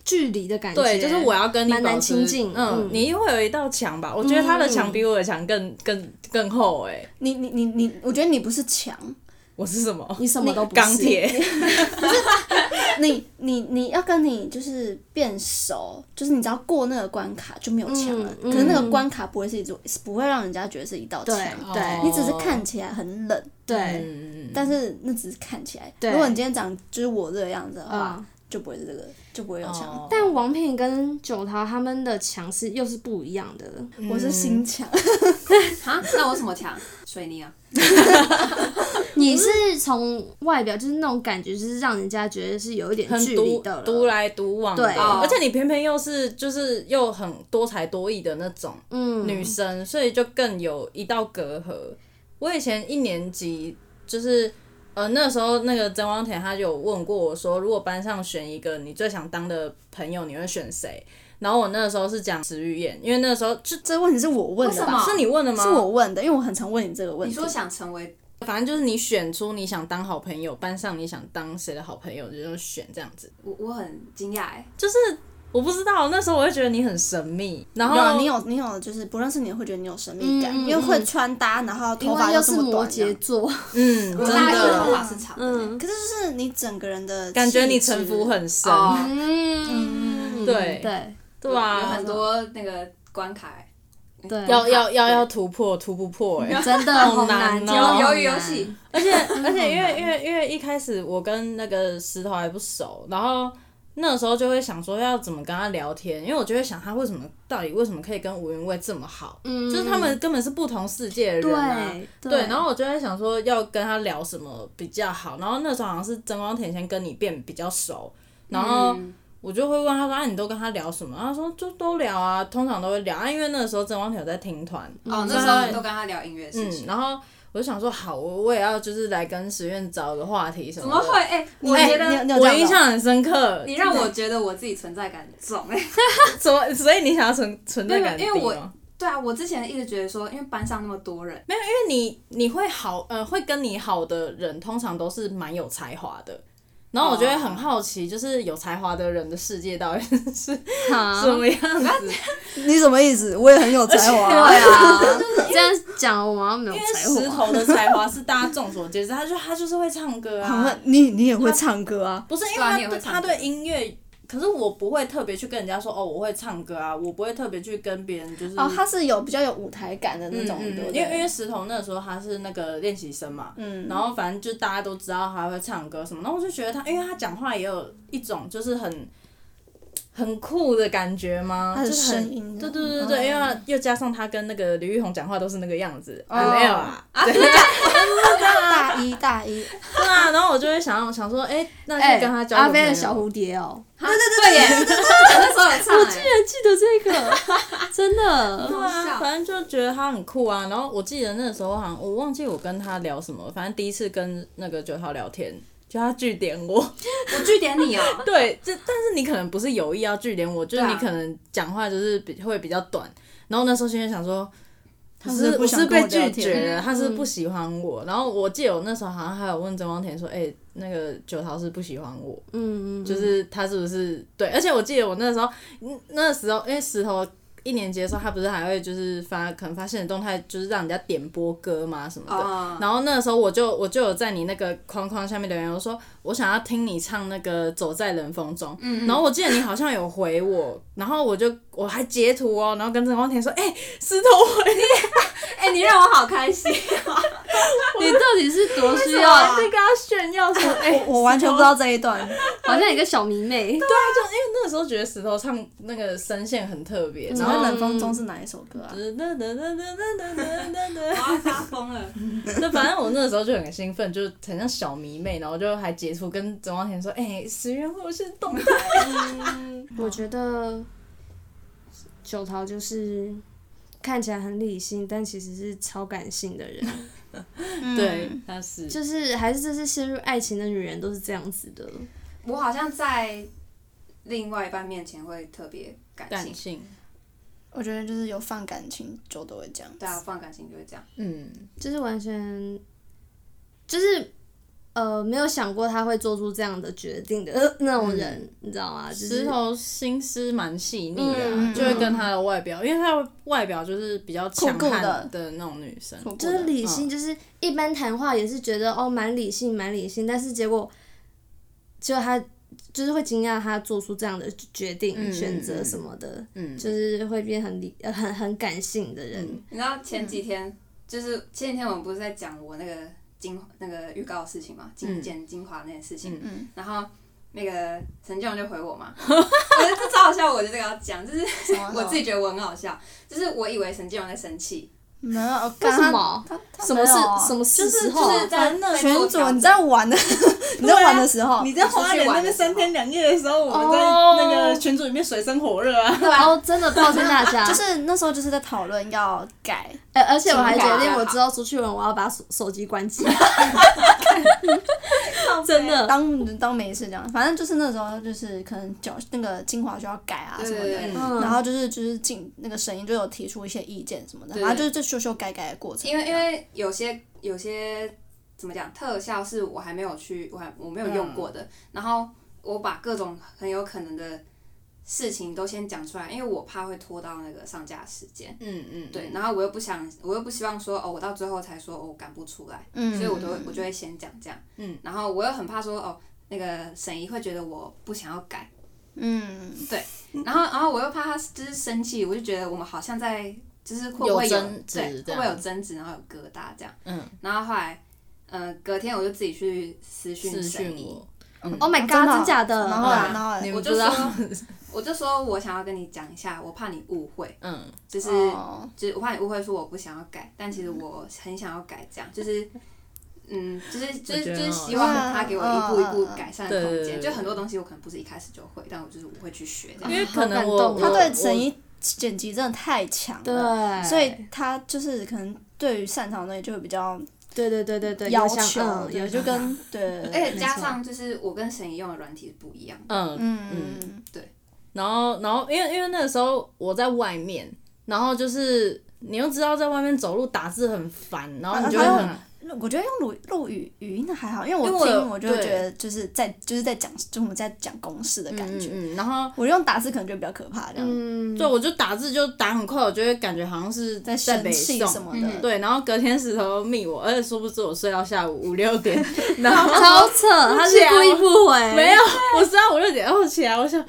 S4: 距离的感觉，
S1: 对，就是我要跟你
S4: 蛮难
S1: 保持
S4: 亲近
S1: 嗯
S4: 嗯，
S1: 你会有一道墙吧？我觉得他的墙比我的墙更更更厚哎、
S2: 你你你你，我觉得你不是强，
S1: 我是什么？
S4: 你什么都不是
S1: 钢，铁，
S2: 你你你要跟你就是变熟，就是你只要过那个关卡就没有墙了。
S4: 嗯
S2: 可是那个
S4: 嗯
S2: 关卡不会是一种，不会让人家觉得是一道
S4: 对
S2: 墙，
S4: 对
S2: 你只是看起来很冷，
S4: 对，
S1: 哦嗯，
S2: 但是那只是看起来。
S4: 对
S2: 如果你今天长就是我这个样子的话，
S4: 嗯。
S2: 就不会是这个，就不会有墙。
S1: 哦
S4: 但王品跟九桃他们的强势又是不一样的，
S2: 我
S3: 嗯
S2: 是心墙，
S3: 啊，那我什么墙？水泥啊，
S4: 你是从外表就是那种感觉，就是让人家觉得是有一点
S1: 很
S4: 距离
S1: 独
S4: 的了
S1: 独来独往的，
S4: 对
S3: 哦
S1: 而且你偏偏又是就是又很多才多艺的那种
S4: 嗯，
S1: 女生，所以就更有一道隔阂。我以前一年级就是。呃，那时候那个曾光田他就有问过我说，如果班上选一个你最想当的朋友，你会选谁？然后我那时候是讲石玉燕，因为那时候就
S2: 这个问题是我问的
S3: 为什么
S2: 吧？
S1: 是你问的吗？
S2: 是我问的，因为我很常问你这个问
S3: 你
S2: 题。
S3: 说想成为
S1: 反正就是你选出你想当好朋友，班上你想当谁的好朋友，你就选这样子。
S3: 我，我很惊讶哎，
S1: 就是我不知道，那时候我会觉得你很神秘，然
S2: 有啊
S1: 后
S2: 你有你有，就是不认识你会觉得你有神秘感，
S4: 嗯嗯
S2: 因为会穿搭，然后
S4: 因
S2: 头发
S4: 为又
S2: 这
S4: 是
S2: 么
S4: 摩
S2: 短这样。
S4: 羯座，
S1: 嗯，
S3: 我
S1: 真
S3: 大学头
S1: 的
S3: 发是长的，欸
S4: 嗯
S2: 可是就是你整个人的
S1: 感觉你
S2: 气质
S1: 城府很深，
S3: 哦
S4: 嗯，
S1: 啊对
S4: 对
S1: 对
S3: 有
S1: 啊
S3: 很，多那个关卡欸，
S4: 对，
S1: 要要要要突破，突不破哎、
S4: 真的
S1: 好
S4: 好
S1: 难
S4: 难，
S1: 哦
S4: 真的好
S3: 鱿鱼游
S4: 难
S3: 戏，
S1: 而且而且 因为因为因为一开始我跟那个石头还不熟，然后那时候就会想说要怎么跟他聊天，因为我就会想他为什么到底为什么可以跟吴云蔚这么好，
S4: 嗯
S1: 就是他们根本是不同世界的人啊。
S4: 对
S1: 对，然后我就在想说要跟他聊什么比较好，然后那时候好像是曾光田先跟你变比较熟，然后
S3: 嗯
S1: 我就会问他说啊你都跟他聊什么？他说就都聊啊，通常都会聊啊，因为那个时候曾光田有在听团，所
S3: 哦，那
S1: 以
S3: 时
S1: 他
S3: 候
S1: 会
S3: 你都跟他聊音乐的事
S1: 嗯，
S3: 情，
S1: 然后我就想说好，我我也要就是来跟石院找个话题什
S3: 怎
S1: 么
S3: 么
S1: 的。
S3: 会？哎，我
S1: 哎
S3: 觉
S2: 你有
S3: 得
S2: 你有这
S1: 我
S2: 样哦
S1: 印
S2: 吗
S1: 象很深刻，
S3: 你让我觉得我自己存在感很重哎。
S1: 所所以你想要存存在感
S3: 没有因为
S1: 低
S3: 我
S1: 吗
S3: 对啊，我之前一直觉得说，因为班上那么多人，
S1: 没有，因为你你会好呃会跟你好的人，通常都是蛮有才华的。然后我就会很好奇，就是有才华的人的世界到底是
S4: 好
S1: 什么样子？
S2: 你什么意思？我也很有才 华啊、
S4: 啊，这样讲我好像没有
S1: 因为
S4: 才
S1: 石
S4: 华。
S1: 头的才华是大家众所皆知，他就他就是会唱歌
S2: 好
S1: 啊
S2: 像，你你也会唱歌啊？
S1: 不是因为
S3: 对啊
S1: 他
S3: 你也会
S1: 对
S3: 唱
S1: 他
S3: 歌
S1: 对音乐，可是我不会特别去跟人家说哦我会唱歌啊，我不会特别去跟别人就是
S2: 哦，他是有比较有舞台感的那种，
S1: 嗯嗯
S2: 对
S1: 嗯
S2: 不对？
S1: 因为因为石头那时候他是那个练习生嘛，
S2: 嗯
S1: 然后反正就大家都知道他会唱歌什么，然后我就觉得他，因为他讲话也有一种就是很很酷的感觉嘛，
S2: 他的
S1: 就是很
S2: 声音啊嗯
S1: 对对对对，因为他又加上他跟那个李玉红讲话都是那个样子，
S2: 哦
S1: 啊没有啊，
S4: 啊
S2: 大一大一，
S1: 对啊，然后我就会想想说，哎，那
S4: 哎
S1: 就跟他交
S2: 啊
S1: 个
S4: 阿飞
S1: 朋友
S4: 的小蝴蝶哦，
S3: 对对对耶，我那时候有唱哎，
S4: 还记得这个，真的。
S1: 对
S3: 好
S1: 啊，
S3: 笑
S1: 反正就觉得他很酷啊。然后我记得那时候好像我忘记我跟他聊什么，反正第一次跟那个九号聊天，就他据点我。
S3: 我据点你哦，
S1: 对，这但是你可能不是有意要据点我，就是
S3: 对啊
S1: 你可能讲话就是比会比较短。然后那时候心里想说，
S2: 他
S1: 我
S2: 是
S1: 是
S2: 不
S1: 我
S2: 想
S1: 是
S2: 跟
S1: 被
S2: 我聊
S1: 拒
S2: 天
S1: 绝了，他是
S4: 嗯
S1: 不喜欢我。然后我记得我那时候好像还有问曾光田说，哎、那个九桃是不喜欢我，
S4: 嗯嗯，
S1: 就是他是不是对？而且我记得我那时候，嗯那时候因为石头。一年级的时候，他不是还会就是发可能发现的动态，就是让人家点播歌嘛什么的。
S3: 哦，
S1: 然后那时候我就我就有在你那个框框下面留言，我说我想要听你唱那个《走在冷风中》，然后我记得你好像有回我，然后我就我还截图哦，然后跟郑光田说，哎、石头回
S3: 哎，你让我好开 心，
S4: 你到底是多需
S1: 我
S4: 要？
S2: 哦
S1: 还去跟他炫耀说，哎、
S2: 嗯我完全不知道这一段。
S4: 好像一个小迷妹。
S1: 那时候觉得石头唱那个声线很特别，
S6: 请
S1: 然
S6: 问
S1: 后。
S6: 冷风中是哪一首歌
S2: 嗯
S6: 啊？
S1: 噔噔噔噔噔噔噔
S3: 我
S1: 噔，
S3: 要发疯了。
S1: 那反正我那个时候就很兴奋，就很像小迷妹，然后就还截图跟曾光田说：“哎、十元或者是动态。
S4: 我觉得九桃就是看起来很理性，但其实是超感性的人，
S1: 对，
S2: 嗯
S1: 他是
S4: 嗯就是还是这是陷入爱情的女人都是这样子的。
S3: 我好像在另外一半面前会特别感
S1: 感
S3: 性，
S1: 性，
S2: 我觉得就是有放感情就都会这样。
S3: 对啊，放感情就会这样。
S1: 嗯，
S4: 就是完全，就是呃，没有想过他会做出这样的决定的、呃、那种人，你知道吗？就是
S1: 石头啊心思蛮细腻的啊、
S4: 嗯
S1: 就会跟他的外表，因为他的外表就是比较强
S2: 酷酷
S1: 悍
S2: 的
S1: 的那种女生，
S2: 错过
S4: 就是
S2: 了
S4: 理性，就是一般谈话也是觉得哦蛮理性蛮理性，但是结果就他就是会惊讶他做出这样的决定、
S1: 嗯
S4: 选
S1: 嗯
S4: 择
S1: 嗯
S4: 什么的，
S1: 嗯，
S4: 就是会变很理呃很很感性的人。
S1: 嗯
S3: 你知道前几天、就是前几天我们不是在讲我那个精那个预告的事情嘛，精
S1: 嗯
S3: 简精华那件事情，
S2: 嗯
S3: 然后。那个陈俊就回我嘛， 我觉得这超好笑，我就这个要讲，就是
S2: 什么
S3: 我自己觉得我很好笑，就是我以为陈俊在生气，
S2: 没有，我
S4: 为
S2: 刚
S4: 什？么？
S2: 他他
S4: 什么事
S2: 没有啊？
S4: 什么
S3: 就
S4: 事
S3: 是
S4: 时
S3: 就
S4: 候啊？
S3: 是在
S1: 烦了
S3: 在做
S2: 群
S3: 调
S2: 主，你
S3: 整
S2: 在玩的，你在玩的时候，
S1: 你在花莲那边三天两夜的时候，我们在那个群组里面水深火热啊。
S4: 哦，真的抱歉大家，
S2: 啊 就是那时候就是在讨论要改，
S4: 呃，而且我还决
S3: 情感
S4: 定，
S3: 啊
S4: 我之后出去玩，我要把手手机关机。 真
S3: 啊
S4: 的，
S2: 当当没事这样。反正就是那时候就是可能脚那个精华需要改啊什
S3: 对
S2: 么
S3: 对
S2: 的
S3: 对。
S4: 嗯
S2: 然后就是就是进那个声音就有提出一些意见什么的，
S3: 对
S2: 然后就是这修修改改的过程。
S3: 因为因为有些有些怎么讲特效是我还没有去，我还我没有用过的，然后我把各种很有可能的事情都先讲出来，因为我怕会拖到那个上架时间。
S1: 嗯嗯，
S3: 对，然后我又不想，我又不希望说哦，我到最后才说哦，我赶不出来，
S2: 嗯
S3: 所以我都会我就会先讲这样，嗯，然后我又很怕说哦，那个沈怡会觉得我不想要改，
S2: 嗯，
S3: 然后，然后我又怕他就是生气，我就觉得我们好像在就是会不会有
S1: 有争执
S3: 对，
S1: 这样
S3: 会不会有争执，然后有疙瘩这样。
S1: 嗯，
S3: 然后后来，呃，隔天我就自己去私讯
S1: 私
S3: 沈
S1: 讯
S3: 怡，
S1: 我，
S4: ，Oh my
S2: 真
S4: god，
S2: 的哦
S4: 真假的？
S2: 然后
S3: 啊
S2: 嘞然后嘞
S1: 你
S3: 我
S1: 们
S3: 就
S1: 知道，
S3: 说， 我就说我想要跟你讲一下，我怕你误会，
S1: 嗯，
S3: 就是、
S2: 哦
S3: 就是我怕你误会说我不想要改，但其实我很想要改，这样就是。嗯，就是就是
S1: 我觉
S3: 就
S1: 得
S3: 是
S1: 哦
S3: 希望他给我一步一步
S2: 嗯嗯嗯
S3: 改善的空
S1: 对啊
S3: 间，
S1: 对对
S3: 就很多东西我可能不是一开始就会，但我就是我会去学这样
S1: 因。为可能
S4: 好
S1: 我
S4: 感动哦
S1: 我
S2: 他对
S1: 我
S2: 沈怡剪辑真的太强了，
S4: 对，
S2: 所以他就是可能对于擅长的东西就会比较
S4: 对对对对对，
S2: 要
S4: 有想
S2: 求，
S4: 嗯有
S2: 对，就跟对，
S3: 而且
S1: 没
S3: 加
S1: 错
S3: 上就是我跟沈怡用的软体是不一样的，
S1: 嗯，
S2: 嗯，
S1: 然后然后因为因为那个时候我在外面，然后就是你又知道在外面走路打字很烦，然
S2: 啊
S1: 后你就会很
S2: 我觉得用录录语语音的还好，因为
S1: 因为
S2: 我
S1: 我有
S2: 听我就会
S1: 对
S2: 觉得就是在就是在讲，就是我们在讲公式的感
S1: 嗯
S2: 觉。
S1: 嗯嗯，然后。
S2: 我用打字可能觉得比较可怕，这样
S4: 嗯，
S1: 对，我就打字就打很快，我就会感觉好像是
S2: 在
S1: 在北
S2: 生气
S1: 宋嗯
S2: 什么的。
S1: 对，然后隔天石头密我，而且殊不知我睡到下午五六 点，然后
S4: 超扯，他是故意不回，
S1: 没
S2: 哎
S1: 有，我知道我六点后起来，我想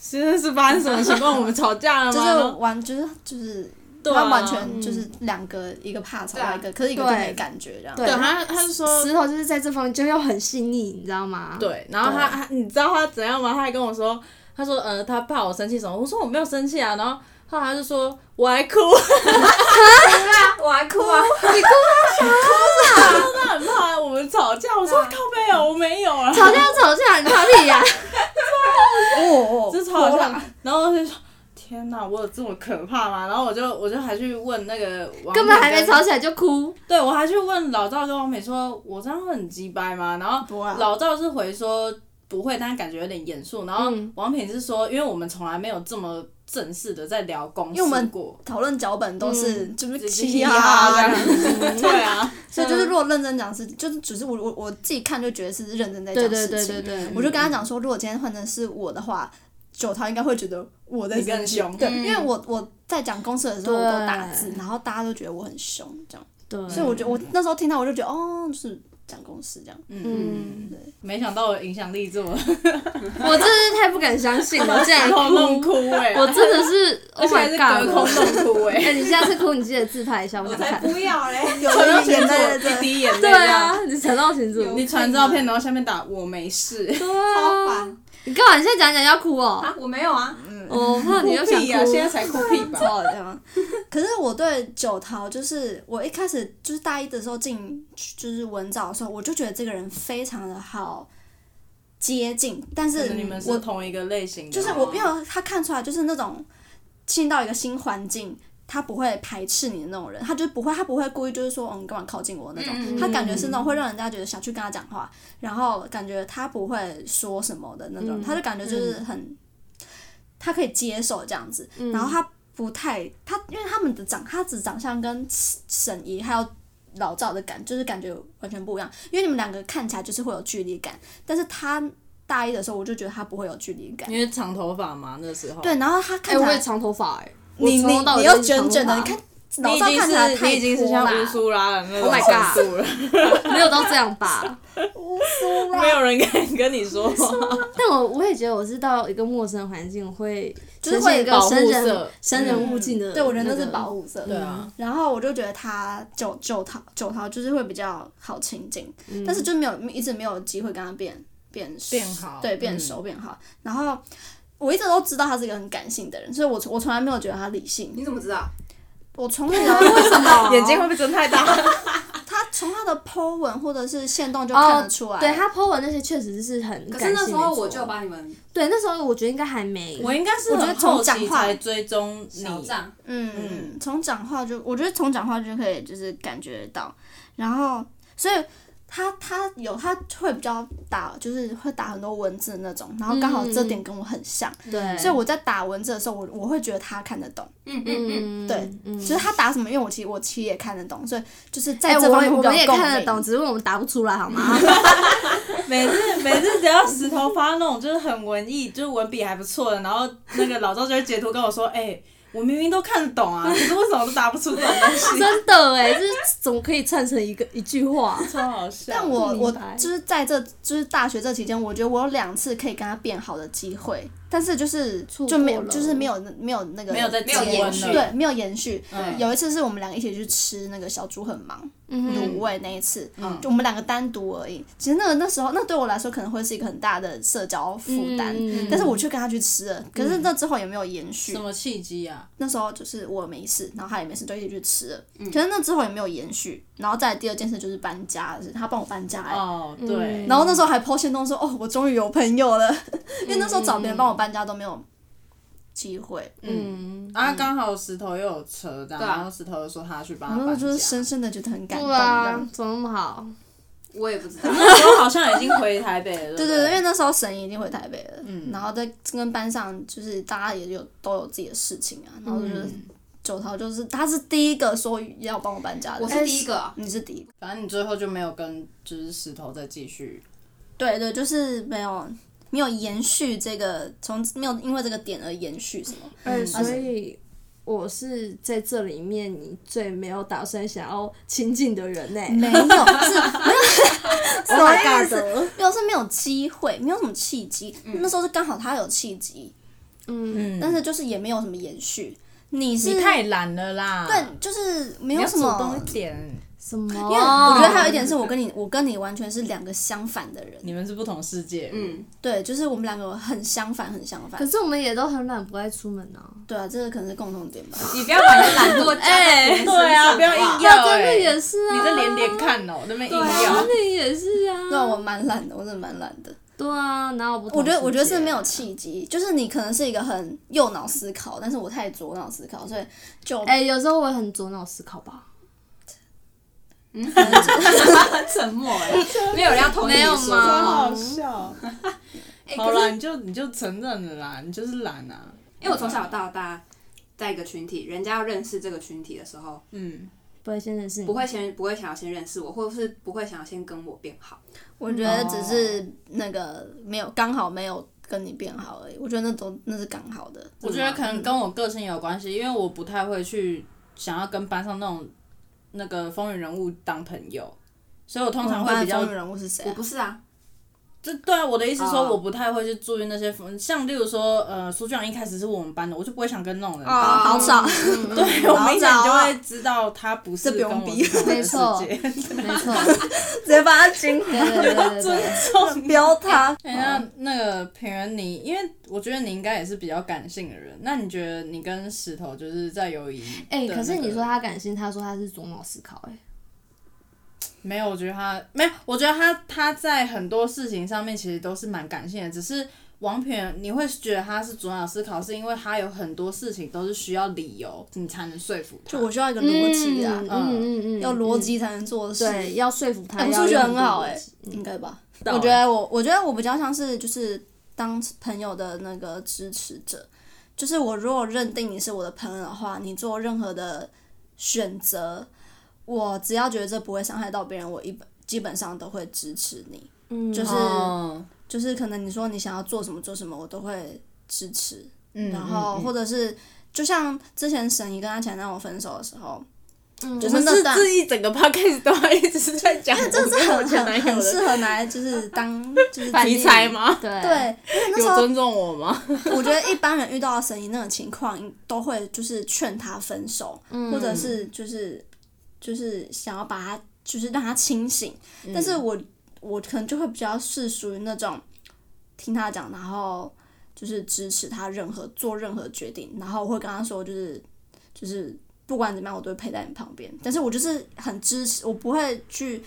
S1: 现在是发生什么情况？我们吵架了
S2: 就
S1: 吗？然
S2: 是
S1: 后
S2: 完，就是就是，
S1: 对啊
S2: 他完全就是两个，一个怕吵，
S3: 对啊
S2: 一个可是一个就没感觉这样。
S4: 对
S1: 对他，他就说
S4: 石头就是在这方面就要很细腻，你知道吗？，
S1: 对，然后他他你知道他怎样吗？他还跟我说，他说呃他怕我生气什么，我说我没有生气啊，然后后来他就说我还哭，啊
S3: 我还哭啊！
S1: 他很怕我们吵架，我说靠没有，我没有啊，
S4: 吵架就吵架，你怕屁 呀？
S2: 哦
S1: 就超好笑， 然后我就说。天哪，我有这么可怕吗？然后我就我就还去问那个王
S4: 根本
S1: 美
S4: 还没
S1: 跟
S4: 吵起来就哭，
S1: 对，我还去问老赵跟王美说，我这样会很鸡掰吗？然后
S2: 不会啊
S1: 老赵是回说不会，但感觉有点严肃。然后
S4: 嗯
S1: 王品是说，因为我们从来没有这么正式的在聊公
S2: 因为我们
S1: 司过，
S2: 讨论脚本都是就是
S1: 嗯
S2: 气
S1: 呀，
S2: 啊，
S4: 嗯
S1: 对啊，
S2: 所以就是如果认真讲是，就是只是我我我自己看就觉得是认真在讲
S4: 对
S2: 事
S4: 对
S2: 情。
S4: 对对对，
S2: 我就跟他讲说，如果今天换成是我的话，九桃应该会觉得我在
S1: 你更
S2: 生气
S1: 凶
S2: 对，
S3: 嗯
S2: 因为我我在讲公司的时候我
S4: 对
S2: 都打字，然后大家都觉得我很凶，这样，
S4: 对，
S2: 所以我觉得我那时候听到我就觉得哦，就是讲公司这样，
S1: 嗯，
S4: 嗯，
S1: 没想到我影响力这么
S4: 我真的是太不敢相信 了，竟然
S1: 空弄
S4: 哭，
S1: 哭哎、
S4: 我真的 是
S1: 而
S4: ，Oh
S1: 且还
S4: my
S1: 是
S4: god！
S1: 隔空弄哭哎、
S4: 哎、你下次哭，你记得自拍一下，我想看。
S3: 不要嘞！
S2: 有
S1: 传到
S2: 一
S1: 群
S2: 眼在
S1: 组
S2: 在
S1: 一滴眼泪，啊
S4: 对，啊，你传到群主，
S1: 你传照片，然后下面打我没事，
S4: 对
S3: 超
S4: 啊，
S3: 烦，
S4: 你干干嘛？你现在讲一讲要哭哦、
S3: 啊，我没有啊，
S4: 哦，那你又想
S1: 屁呀、啊
S2: 啊
S4: 哭？
S1: 现在才哭屁吧？
S2: 超好笑。 可是我对九桃，就是我一开始就是大一的时候进就是文藻的时候，我就觉得这个人非常的好接近，但是
S1: 你们
S2: 我
S1: 是同一个类型的，哦
S2: 就是我，因为他看出来就是那种进到一个新环境，他不会排斥你的那种人，他就是不会，他不会故意就是说，哦，你干嘛靠近我那种，
S3: 嗯
S2: 他感觉是那种会让人家觉得想去跟他讲话，然后感觉他不会说什么的那种，
S4: 嗯
S2: 他就感觉就是很，他可以接受这样子，嗯然后他不太他，因为他们的长，他的长相跟沈怡还有。老赵的感就是感觉完全不一样，因为你们两个看起来就是会有距离感，但是他大一的时候我就觉得他不会有距离感，
S1: 因为长头发嘛，那时候，
S2: 对，然后他
S4: 哎、
S2: 看起
S4: 我
S2: 来，
S4: 也长头发哎、我
S2: 你
S4: 从
S2: 你
S4: 头到尾
S2: 你
S4: 都
S2: 又
S4: 是长
S2: 卷卷的，
S4: 头
S2: 你
S4: 发
S1: 你已
S2: 看老赵
S1: 经
S2: 看起来
S1: 是你
S2: 太
S1: 已经是
S2: 脱
S1: 像
S2: 啦
S1: 乌苏拉的那
S4: Oh
S1: 种
S4: my
S1: 程度了，
S4: 没有到这样 吧？
S1: 没有人敢跟你说 话。
S4: 但我我也觉得我是到一个陌生的环境我会
S2: 就是
S4: 呈现
S2: 会
S4: 一个
S1: 保护
S4: 生人
S1: 色
S4: 生人勿近的、
S2: 嗯对，我觉得那是保。护色。嗯
S1: 对啊，
S2: 然后我就觉得他九九桃九桃就是会比较好亲近，但是就没有一直没有机会跟他变变熟
S1: 变好
S2: 对，变
S1: 嗯
S2: 熟变好。然后我一直都知道他是一个很感性的人，所以我从我从来没有觉得他理性。
S3: 你怎么知道？
S2: 我从 来 为什么
S1: 眼睛会不会睁太大？
S2: 他从他的 po 文或者是线动就
S4: 哦
S2: 看得 出来？
S4: 对他 po 文那些确实是很
S3: 可
S4: 感性，
S3: 是那时候我
S4: 没
S3: 就
S4: 错
S3: 把你们
S4: 对那时候我觉得应该还没，
S1: 我应该是
S2: 我觉得
S1: 很
S2: 从
S1: 后
S2: 讲
S1: 期
S2: 话
S1: 才追踪你，
S3: 小账，
S2: 嗯，从讲话就，我觉得从讲话就可以，就是感觉到。然后，所以他他有他会比较打，就是会打很多文字的那种。然后刚好
S4: 嗯
S2: 这点跟我很像，
S4: 对，
S2: 所以我在打文字的时候，我我会觉得他看得懂，
S3: 嗯嗯嗯，
S4: 嗯
S2: 对，
S4: 嗯
S2: 就是他打什么，因为我其实我其实也看得懂，所以就是在
S4: 哎、
S2: 这
S4: 我们
S2: 方面
S4: 我
S2: 比较
S4: 们也
S2: 有共
S4: 看得
S2: 鸣
S4: 懂，。只是我们答不出来好吗？
S1: 每次每次只要石头发那种就是很文艺，就是文笔还不错的，然后那个老赵就会截图跟我说：“哎、我明明都看得 懂啊，可是为什么都答不出这种东 西？
S4: 真的哎、这怎么可以串成一个一句话？”
S1: 超好笑。
S2: 但我
S4: 啊明
S2: 我
S4: 白
S2: 就是在这就是大学这期间，我觉得我有两次可以跟他变好的机会，但是就是
S4: 错
S2: 就没
S4: 过
S2: 有
S4: 了
S2: 就是没有没有那个
S1: 没有在
S3: 没有
S1: 结婚
S3: 延续
S1: 了
S2: 对，没有延续。
S1: 嗯
S2: 有一次是我们两个一起去吃那个小猪很忙
S4: 嗯
S2: 卤味那一次，
S1: 嗯
S2: 就我们两个单独而已。其实那个那时候，那对我来说可能会是一个很大的社交负担，
S4: 嗯
S2: 但是我却跟他去吃了。可是那之后也没有延续
S1: 嗯什。么契机啊？
S2: 那时候就是我没事，然后他也没事，就一起去吃了。
S1: 嗯
S2: 可是那之后也没有延续。然后再来第二件事就是搬家，是他帮我搬家、欸。
S1: 哦，对，
S2: 然后那时候还抛线动说：“哦，我终于有朋友了。”
S1: 嗯
S2: 因为那时候找别人帮我搬家都没有机会。
S1: 嗯，啊，刚好石头又有车，
S2: 嗯
S1: 这样，
S3: 对啊
S1: 然后石头又说他要去帮
S2: 然
S1: 他
S2: 后
S1: 搬
S2: 就是
S1: 家。
S2: 深深的觉得很感动。
S4: 对
S2: 这样
S4: 啊，怎么那么好？
S3: 我也不知道。
S1: 那时候好像已经回台北了，
S2: 对
S1: 对
S2: 对嗯对，因
S1: 不
S2: 为那时候沈怡已经回台北了，然后在跟班上就是大家也有都有自己的事情啊，
S1: 嗯
S2: 然后就是九桃就是他是第一个说要帮我搬家的，哎
S3: 我是第一个啊，
S2: 你是第一个，
S1: 反正你最后就没有跟就是石头再继续，
S2: 对对，就是没有没有延续这个，从没有因为这个点而延续什么，
S4: 哎、所以我是在这里面你最没有打算想要亲近的人呢、欸
S2: 没有 是
S4: 什么意思？
S2: 没有是没有机会，没有什么契机，那时候是刚好他有契机，
S4: 嗯，
S1: 嗯
S2: 但是就是也没有什么延续，你是
S1: 你太懒了啦，
S2: 对，就是
S1: 你
S2: 没有
S1: 要
S2: 什
S1: 主动
S2: 么。
S1: 一点。
S4: 什么？
S2: 因为我觉得还有一点是我跟你，我跟你完全是两个相反的人。
S1: 你们是不同世界，嗯，
S3: 嗯，
S2: 对，就是我们两个很相反，很相
S4: 可
S2: 反。
S4: 是我们也都很懒，不爱出门啊。
S2: 对啊，这个可能是共同点吧。
S3: 你不要把你的懒惰加在别人身上
S1: 对啊，
S3: 好
S1: 不要
S3: 好
S1: 硬要，
S4: 真的
S1: 哎
S4: 也是啊，
S1: 你在连连看哦，那边硬
S4: 对啊，
S1: 要。
S4: 那也是啊。
S2: 对啊，我蛮懒的，我真的蛮懒的。
S4: 对啊，哪有不同
S2: 我觉得，我觉得
S4: 世界
S2: 是
S4: 啊
S2: 没有。契机，就是你可能是一个很右脑思考，但是我太左脑思考，所以就、
S4: 哎、有时候我也很左脑思考吧。
S3: 嗯沉默哎，
S1: 欸
S3: 没有人要同意你
S4: 没
S3: 说
S4: 有吗
S1: 超
S3: 话
S1: 好 笑，
S3: 哎，
S1: 好
S3: 可
S1: 啦，
S3: 是
S1: 你就你就承认了啦，你就是懒啊。
S3: 因为我从小到大在一个群体，人家要认识这个群体的时候，
S1: 嗯，
S4: 不会先认识你，
S3: 不会先不会想要先认识我，或者是不会想要先跟我变好。
S2: 我觉得只是那个没有刚好没有跟你变好而已。我觉得那都那是刚好的。
S1: 我觉得可能跟我个性有关系，因为我不太会去想要跟班上那种那个风云人物当朋友，所以我通常会比较
S2: 哦风云人物是谁、
S3: 我
S2: 啊？
S3: 不是啊，
S1: 这对啊，我的意思
S3: 哦
S1: 说，我不太会去注意那些风像例如说，呃，苏俊阳一开始是我们班的，我就不会想跟那种人
S3: 哦
S2: 好好吵，
S1: 对， 我
S2: 好啊
S1: 明显就
S2: 找
S1: 会知道他不是
S2: 这不用
S1: 跟我
S2: 逼
S1: 是同一
S4: 没
S1: 个世
S4: 错
S1: 界。
S4: 没错，
S2: 直接把它 精
S4: 对对对对对 对。
S2: 不要它。
S1: 哎、那那个平原你，因为我觉得你应该也是比较感性的人，那你觉得你跟石头就是在友谊、
S4: 哎、
S1: 的
S4: 可是
S1: 那个
S4: 你说他感性，他说他是左脑思考、哎，
S1: 没有，我觉得他没有，我觉得他他在很多事情上面其实都是蛮感性的，只是王品你会觉得他是左脑思考，是因为他有很多事情都是需要理由你才能说服他。
S2: 就我需要一个逻辑啊
S4: 嗯，嗯嗯，
S2: 要
S4: 嗯
S2: 逻，辑才能做的事。
S4: 对，要说服他。
S2: 哎我
S4: 要
S2: 数学
S4: 用
S2: 很好
S4: 多
S2: 哎
S4: 逻辑嗯
S2: 应该吧？
S1: 到欸
S2: 我觉得我，我觉得我比较像是就是当朋友的那个支持者，就是我如果认定你是我的朋友的话，你做任何的选择，我只要觉得这不会伤害到别人，我一本基本上都会支持你。
S4: 嗯，
S2: 就是
S1: 嗯
S2: 就是可能你说你想要做什么做什么，我都会支持。
S1: 嗯，
S2: 然后
S1: 嗯
S2: 或者是就像之前沈怡跟她前男友分手的时候，
S4: 嗯
S2: 就
S1: 我们
S2: 那
S1: 是
S2: 段
S1: 这一整个 podcast 都还一直是在讲，
S2: 这
S1: 这
S2: 是很很很适合拿来就是当 就是
S1: 题材？吗？
S4: 对
S2: 对，因为那时
S1: 有
S2: 候
S1: 尊重我吗？
S2: 我觉得一般人遇到沈怡那种情况，都会就是劝他分手，
S4: 嗯
S2: 或者是就是就是想要把他就是让他清醒。
S4: 嗯
S2: 但是我我可能就会比较是属于那种听他讲，然后就是支持他任何做任何决定，然后我会跟他说，就是就是不管怎么样，我都会陪在你旁边。但是我就是很支持，我不会去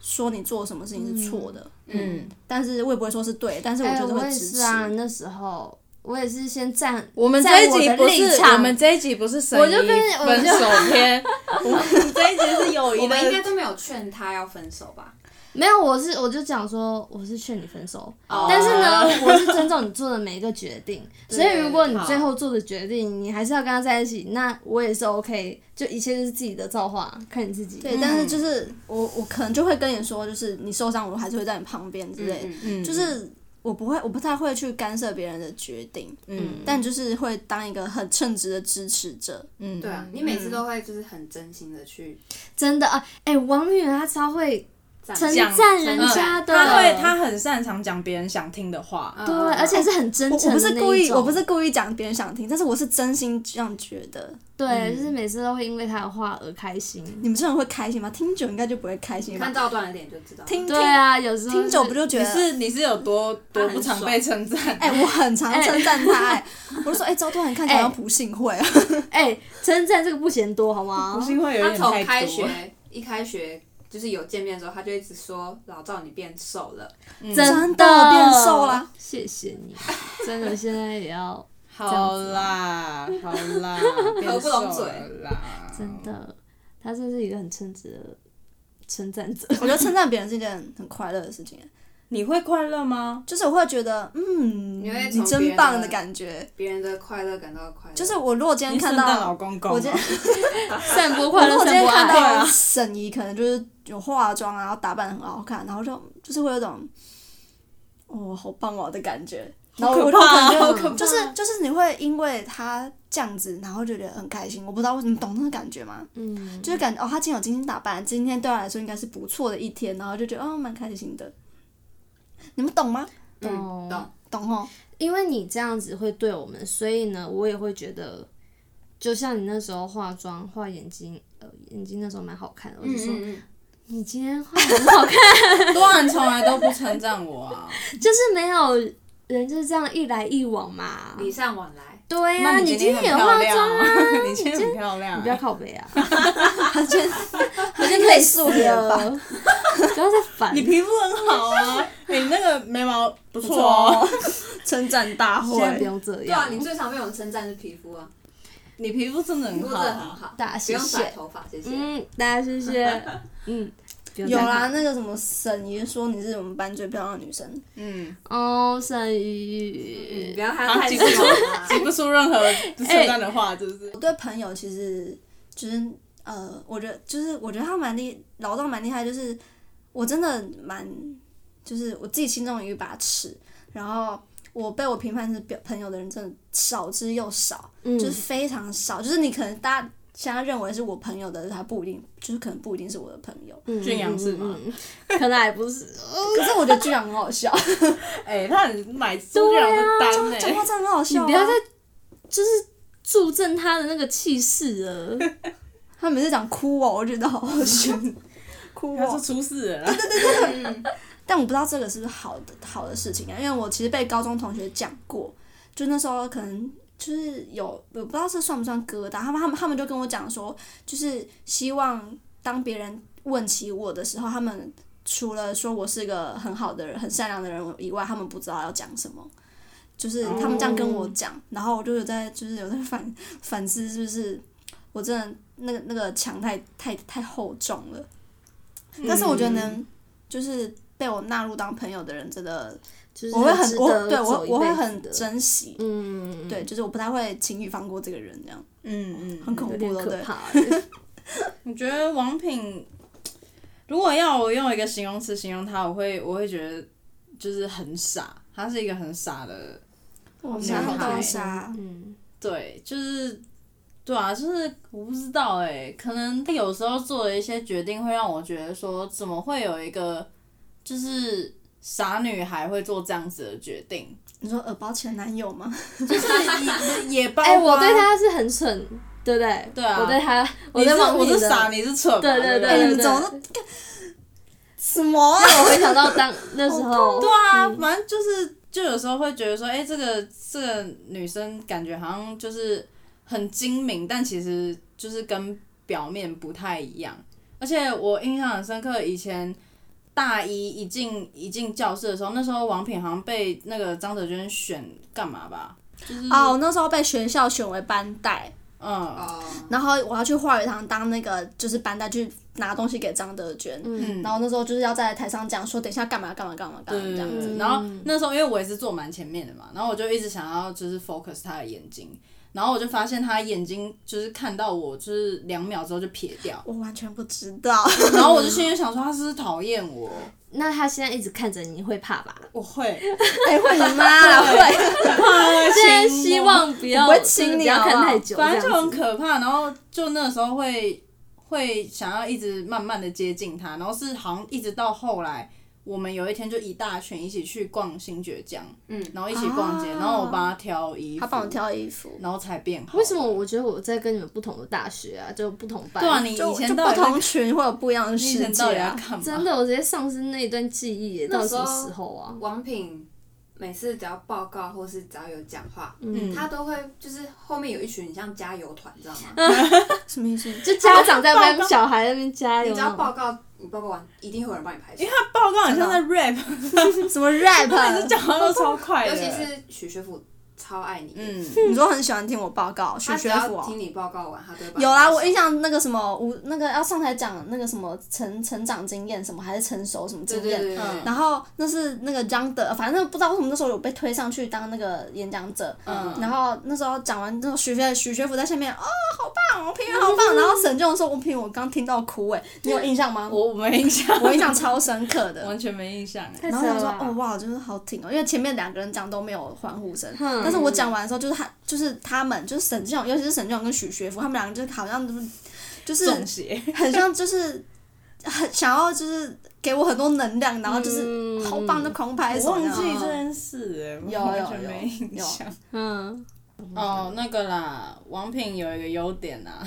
S2: 说你做什么事情是错的，
S1: 嗯，
S2: 但是我也不会说是对，但是
S4: 哎、
S2: 就是
S4: 我
S2: 会
S4: 也
S2: 支持。
S4: 是啊，那时候我也是先站，
S1: 我们
S4: 在
S1: 这一
S4: 我
S1: 集
S4: 的
S1: 不
S4: 立
S1: 是，
S4: 场
S1: 我们这一集不是神
S4: 我
S1: 医
S4: 就跟我
S1: 分
S4: 就
S1: 手篇，我们这一集是友
S3: 我
S1: 谊
S3: 们应
S1: 的。
S3: 该都没有劝他要分手吧？
S4: 没有，我是我就讲说我是劝你分手，
S3: 哦
S4: 但是呢，我是尊重你做的每一个决 定，所以如果你
S3: 好
S4: 最后做的决定你还是要跟他在一起，那我也是 OK，就一切就是自己的造化，看你自己。
S2: 对，但是就是我我可能就会跟你说，就是你受伤，我还是会在你旁边之类的，
S1: 嗯
S2: 就是我不会，我不太会去干涉别人的决定，
S1: 嗯
S2: 但就是会当一个很称职的支持者。
S1: 嗯，
S3: 对啊，你每次都会就是很真心的去
S4: 真的啊，哎、王品源他超会
S3: 赞
S4: 称
S1: 讲
S4: 赞人
S1: 嗯
S4: 家的，
S1: 他会，他很擅长讲别人想听的话。
S3: 嗯
S4: 对，而且是很真
S2: 我我
S4: 诚
S2: 不
S4: 的
S2: 是
S4: 那
S2: 故
S4: 一
S2: 意，
S4: 种
S2: 我不是故意讲别人想听，但是我是真心这样觉得。嗯
S4: 对，就是每次都会因为他的话而开心。
S2: 你们这种人会开心吗？听久应该就不会开心
S3: 你
S2: 吧
S3: 看？赵段的脸就知道。
S2: 听
S4: 对啊，有时候
S2: 听听久
S4: 是
S2: 不就觉
S1: 你
S2: 得？
S1: 是你是有多多不常被称赞？
S2: 哎、我很常称赞他、 哎，我就说，哎、周段看起来好像
S4: 哎
S2: 不幸会啊，
S4: 哎，称赞这个不嫌多，好 吗
S1: 不？是因为有
S3: 他
S1: 点
S3: 从
S1: 太
S3: 开
S1: 多了。
S3: 学一开学就是有见面的时候，他就一直说老赵你变瘦了。
S1: 嗯
S2: 真
S4: 的
S2: 的变瘦啦，
S4: 谢谢你，真的现在也要
S1: 好啦，好啦，
S3: 合不拢嘴
S1: 变瘦了啦。
S4: 真的，他真是一个很称职的称赞者。
S2: 我觉得称赞别人是一件很快乐的事情、啊
S1: 你会快乐吗？
S2: 就是我会觉得，嗯，
S3: 你会从别
S2: 你
S1: 啊
S2: 真
S3: 人
S2: 棒
S3: 的
S2: 的感觉。
S3: 别人的快乐感到快乐，
S2: 就是我如果今天
S1: 你
S2: 看
S1: 圣诞老
S2: 到，
S1: 公啊公吗，
S2: 我今天
S4: 散播
S2: 我
S4: 快
S2: 如
S4: 乐，
S2: 果
S4: 散
S2: 今
S1: 啊
S2: 天
S4: 播
S2: 看
S4: 爱。
S2: 到沈怡，可能就是有化妆啊，然后打扮得很好看，然后就就是会有一种，哦，好棒哦的感觉。然后我就
S1: 好可怕啊
S2: 感
S1: 好可
S2: 觉
S1: 怕
S2: 就是就是你会因为他这样子，然后就觉得很开心。我不知道为什么，懂那个感觉吗？
S4: 嗯，
S2: 就是感觉哦，他今天有精心打扮，今天对他来说应该是不错的一天，然后就觉得哦，蛮开心的。你们懂吗？
S3: 嗯懂，
S2: 懂哦。
S4: 因为你这样子会对我们，所以呢，我也会觉得，就像你那时候化妆、画眼睛，呃，眼睛那时候蛮好看的，我就说、
S3: 嗯嗯
S4: 你今天画得很好看，
S1: 多然从来都不称赞我啊。
S4: 就是没有人就是这样一来一往嘛
S3: 嗯，。礼尚往来，
S4: 对呀、
S1: 那
S4: 你
S1: 今
S4: 天
S1: 天很
S4: 也
S1: 漂
S4: 化
S1: 亮
S4: 妆啊，
S1: 啊， 你今天很漂亮
S4: 你
S1: 啊。
S4: 不要靠北啊，
S2: 他今天
S4: 我先
S2: 累死了吧
S4: 了，不要再烦
S1: 你。皮肤很好啊， 你那个眉毛不错哦。
S2: 错，称赞大
S4: 现在不
S2: 会。
S4: 用这
S3: 对
S4: 样，
S3: 啊，你最常被我们称赞是皮肤啊，
S1: 你皮肤真的
S3: 皮
S1: 很
S3: 肤
S1: 好
S3: 真的很
S1: 啊，
S3: 好，
S4: 大
S3: 不
S4: 谢
S3: 用
S4: 谢。
S3: 甩头发，谢谢。
S4: 嗯，大家谢谢。嗯，不用
S2: 有
S4: 再
S2: 啦，
S4: 烦。
S2: 那个什么沈怡说你是我们班最漂亮的女生，
S1: 嗯，
S4: 哦，沈
S3: 嗯
S4: 宇，
S3: 不要他太
S1: 好记
S3: 瘦
S1: 不住
S3: 了
S1: 记
S3: 啊。
S1: 不出任何称赞的话，就是
S2: 我对朋友其实就是呃，我觉得就是我觉得他蛮厉，老赵蛮厉害，就是我真的蛮就是我自己心中有一把尺，然后我被我评判是表朋友的人真的少之又少，
S4: 嗯
S2: 就是非常少，就是你可能大家现在认为是我朋友的，他不一定，就是可能不一定是我的朋
S4: 哦
S2: 友。
S1: 俊阳是吗
S4: 嗯？嗯嗯可能还不是，
S2: 可是我觉得居然很好笑，
S1: 哎、他很买苏阳的单呢、
S2: 讲话真的很好
S4: 你
S2: 笑、啊。
S4: 不要再就是助阵他的那个气势了。
S2: 他每次讲哭哦，我觉得好好 笑，哭
S1: 他是
S2: 哦。
S1: 出事了啦，
S2: 但我不知道这个是不是好的好的事情啊，因为我其实被高中同学讲过，就那时候可能就是有我不知道这算不算疙瘩，他们他们他们就跟我讲说，就是希望当别人问起我的时候，他们除了说我是个很好的人、很善良的人以外，他们不知道要讲什么。就是他们这样跟我讲然后我就有在就是有在反反思，是不是我真的那个那个墙太太太厚重了？
S4: 嗯
S2: 但是我觉得能就是被我纳入当朋友的人，真的
S4: 就是
S2: 我会
S4: 值得
S2: 很我对我
S4: 走一辈
S2: 我会
S4: 子
S2: 很
S4: 的
S2: 珍惜，
S4: 嗯，
S2: 对，就是我不太会轻易放过这个人，这样
S1: 嗯嗯，
S2: 很恐
S4: 有点
S2: 怖的，
S4: 可
S2: 对。
S4: 怕欸。
S1: 我觉得王品，如果要我用一个形容词形容他，我会我会觉得就是很傻，他是一个很傻的，
S2: 我
S1: 们
S2: 们
S1: 俩
S2: 好
S1: 好
S2: 豆
S1: 像
S2: 沙，
S4: 嗯，
S1: 对，就是对啊，就是我不知道哎、可能他有时候做的一些决定会让我觉得说，怎么会有一个就是傻女孩会做这样子的决定，
S2: 你说耳包前男友吗？
S1: 就是也也 包括
S4: 哎，我对他是很蠢，对不对？
S1: 对啊
S4: 我对他，
S1: 你
S4: 我
S1: 是
S4: 对王
S1: 我
S4: 品
S1: 是傻，
S4: 的，
S1: 你是蠢嘛，
S4: 对
S1: 对
S4: 对
S1: 不
S4: 对
S2: 哎，
S4: 对
S2: 你们怎么都干什么啊？
S4: 让我回想到当那时候，嗯
S1: 对啊，反正就是就有时候会觉得说，哎、这个这个女生感觉好像就是很精明，但其实就是跟表面不太一样。而且我印象很深刻，以前大一一进一进教室的时候，那时候王品好像被那个张哲娟选干嘛吧？就是
S2: 啊，我那时候被学校选为班带，
S1: 嗯
S3: 哦，
S2: 然后我要去化学堂当那个就是班带去拿东西给张德娟，
S1: 嗯，
S2: 然后那时候就是要在台上讲说等一下干嘛干嘛干嘛干
S1: 对
S2: 嘛这样子，嗯
S1: 然后那时候因为我也是坐蛮前面的嘛，然后我就一直想要就是 focus 他的眼睛，然后我就发现他眼睛就是看到我就是两秒之后就撇掉，
S2: 我完全不知道。
S1: 然后我就心里想说他是不是讨厌我？
S4: 那他现在一直看着你会怕吧？
S1: 我会，
S2: 哎，会你妈啦， 会。
S4: 现在希望不要
S2: 我不会亲你
S4: 不要
S2: 好不
S4: 看
S2: 好
S4: 太久，
S1: 反正
S4: 这
S1: 就
S4: 样
S1: 很
S4: 子
S1: 可怕。然后就那时候会会想要一直慢慢的接近他，然后是好像一直到后来，我们有一天就一大群一起去逛新爵江，
S3: 嗯，
S1: 然后一起逛街，
S2: 啊
S1: 然后我帮他挑衣服，
S2: 他帮我，挑衣服，
S1: 然后才变好。
S4: 为什么？我觉得我在跟你们不同的大学啊，就不同班。
S1: 对啊，你
S2: 就
S1: 以
S2: 就
S1: 前
S2: 不
S1: 到底在
S2: 同群会有不一样的
S1: 你以
S2: 世
S1: 前
S2: 界
S1: 到底在
S2: 啊。
S1: 干嘛？
S4: 真的，我直接丧失那一段记忆耶，到
S3: 那
S4: 底
S3: 时
S4: 什
S3: 候
S4: 么时候啊？
S3: 哦王品每次只要报告或是只要有讲话，
S1: 嗯
S3: 他都会就是后面有一群像加油团，你知道吗？
S2: 什么意思？
S4: 就家长在帮小孩在那边加油
S3: 你只要
S4: 那种，
S3: 报告，你报告完一定会有人帮你排除，
S1: 报告很像在 rap，
S2: 什么 rap？啊
S1: 但是讲话都超快的，
S3: 尤其是许学府超爱你，
S1: 嗯，
S2: 你说很喜欢听我报告，许
S3: 他只
S2: 学
S3: 要
S2: 府哦
S3: 听你报告完，他都会帮你
S2: 有啦，
S3: 排除
S2: 我印象那个什么，我那个要上台讲那个什么成成长经验什么，还是成熟什么
S3: 对
S2: 经
S3: 对
S2: 验，
S3: 对对对
S1: 嗯，
S2: 然后那是那个张德，反正不知道为什么那时候有被推上去当那个演讲者。
S1: 嗯
S2: 然后那时候讲完之后，许学许学福在下面，哦，好棒，我评语好
S1: 嗯
S2: 棒。然后沈就说，我评语我刚听到哭哎，你有印象吗？
S1: 我我没印象，
S2: 我印象超深刻的。
S1: 完全没印象哎。
S4: 太
S2: 然
S4: 扯
S2: 后他
S4: 了
S2: 说，
S4: 吧
S2: 哦。哇，真的好挺哦，因为前面两个人讲都没有欢呼
S1: 嗯
S2: 声，
S4: 哼
S2: 但是我讲完的时候，就是他，就是他们，就是沈俊勇，尤其是沈俊勇跟许学福，他们两个就是好像就是就是
S1: 中邪，
S2: 很像就是 很想要就是给我很多能量，然后就是
S4: 嗯
S2: 好棒的狂拍
S1: 我
S2: 手这
S1: 忘
S2: 样。
S1: 记这件事哎，
S2: 有
S1: 我完
S2: 有
S1: 全没印象。
S4: 嗯，
S1: 哦，那个啦，王品有一个优点啊，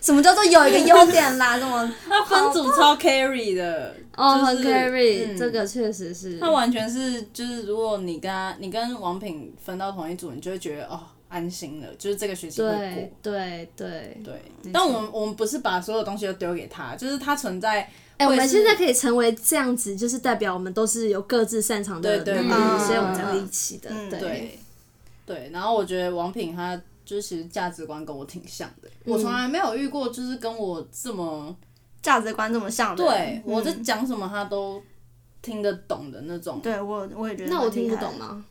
S2: 什么叫做有一个优点啦？这么
S1: 他分组超 carry 的，
S4: 哦，
S1: 就是
S4: 很 carry，
S1: 嗯
S4: 这个确实是。
S1: 他完全是就是，如果你跟他，你跟王品分到同一组，你就会觉得哦安心了，就是这个学期会
S4: 对
S1: 过。
S4: 对对，
S1: 对，
S4: 错
S1: 但我们我们不是把所有东西都丢给他，就是他存在，
S4: 哎，我
S1: 会
S4: 们
S1: 是
S4: 现在可以成为这样子，就是代表我们都是有各自擅长的
S1: 对对
S4: 能
S2: 嗯
S4: 力，所以我们才会一起的
S2: 嗯。
S4: 对，
S1: 对对。然后我觉得王品他就是其实价值观跟我挺像的，我从来没有遇过就是跟我这么
S2: 价值观这么像的
S1: 对
S2: 人？
S1: 我在
S2: 嗯
S1: 讲什么他都听得懂的那种。
S2: 对我我也觉得
S4: 那我听不
S2: 蛮厉害
S4: 懂啊
S2: 的。
S4: 吗？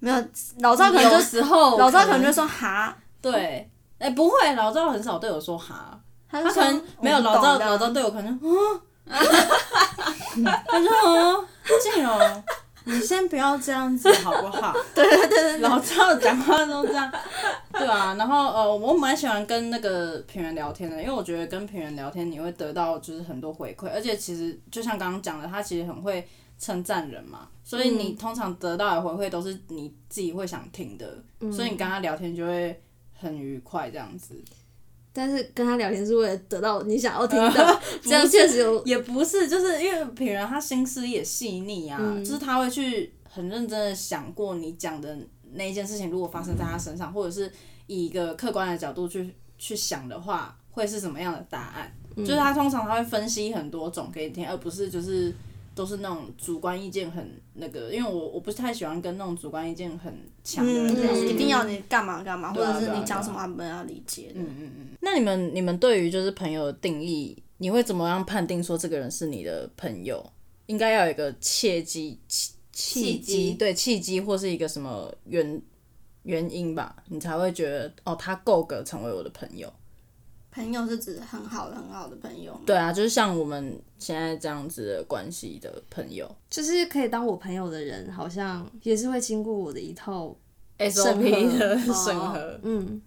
S2: 没有老赵可能
S1: 有
S2: 就
S1: 时候
S2: 老赵可能就说哈，
S1: 对，哎、不会，老赵很少对我说哈，
S2: 他
S1: 他
S2: 就
S1: 可
S2: 说
S1: 能没有
S2: 我不懂
S1: 老赵，
S2: 的
S1: 老赵对我可能，嗯， 他说哦，静柔， 你先不要这样子好不好？对对对老赵讲话都这样，对啊，然后呃，我蛮喜欢跟那个平原聊天的，因为我觉得跟平原聊天，你会得到就是很多回馈，而且其实就像刚刚讲的，他其实很会称赞人嘛，所以
S2: 嗯
S1: 你通常得到的回馈都是你自己会想听的，所以你跟他聊天就会很愉快这样子。
S4: 但是跟他聊天是为了得到你想要听 的，这样确实有
S1: 也不是，就是因为品人他心思也细腻啊，就是他会去很认真的想过你讲的那一件事情，如果发生在他身上，或者是以一个客观的角度去去想的话，会是什么样的答案？
S4: 嗯
S1: 就是他通常他会分析很多种给你听，而不是就是都是那种主观意见很那个，因为我我不是太喜欢跟那种主观意见很强的人
S2: 嗯，
S1: 聊天。
S2: 就是一定要你干嘛干嘛，或
S1: 对啊
S2: 者是
S1: 对啊
S2: 你讲什么他们要理解的。
S1: 那你们你们对于就是朋友的定义，你会怎么样判定说这个人是你的朋友？应该要有一个契机契
S3: 契
S1: 契
S3: 机
S1: 机，对契机或是一个什么原原因吧，你才会觉得哦，他够格成为我的朋友。
S2: 朋友是指很好的很好的朋友吗，
S1: 对啊，就是像我们现在这样子的关系的朋友
S4: 就是可以当我朋友的人，好像也是会经过我的一套，
S1: ，SOP 的
S2: 哦
S1: 审核。
S4: 嗯，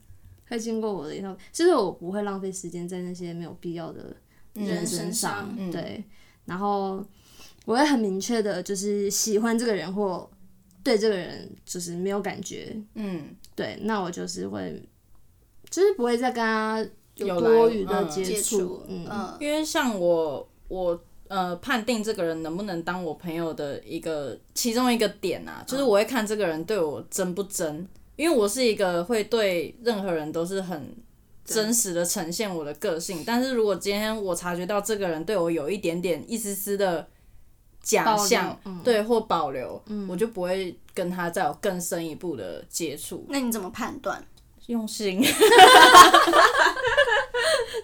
S4: 会经过我的一套。其实我不会浪费时间在那些没有必要的人身上，
S1: 嗯
S4: 对。然后我会很明确的，就是喜欢这个人或对这个人就是没有感觉，
S1: 嗯，
S4: 对，那我就是会，就是不会再跟他
S1: 有来
S4: 多余的
S1: 嗯
S4: 接
S2: 接
S4: 触
S2: 触，，
S4: 嗯，
S2: 嗯，
S1: 因为像我我呃判定这个人能不能当我朋友的一个其中一个点
S4: 嗯
S1: 啊，就是我会看这个人对我真不真，因为我是一个会对任何人都是很。真实的呈现我的个
S4: 嗯
S1: 性，但是如果今天我察觉到这个人对我有一点点一丝丝的假
S4: 保留
S1: 象，
S4: 嗯
S1: 对或保留，我就不会跟他再有更深一步的接触。
S2: 那你怎么判断？
S1: 用心，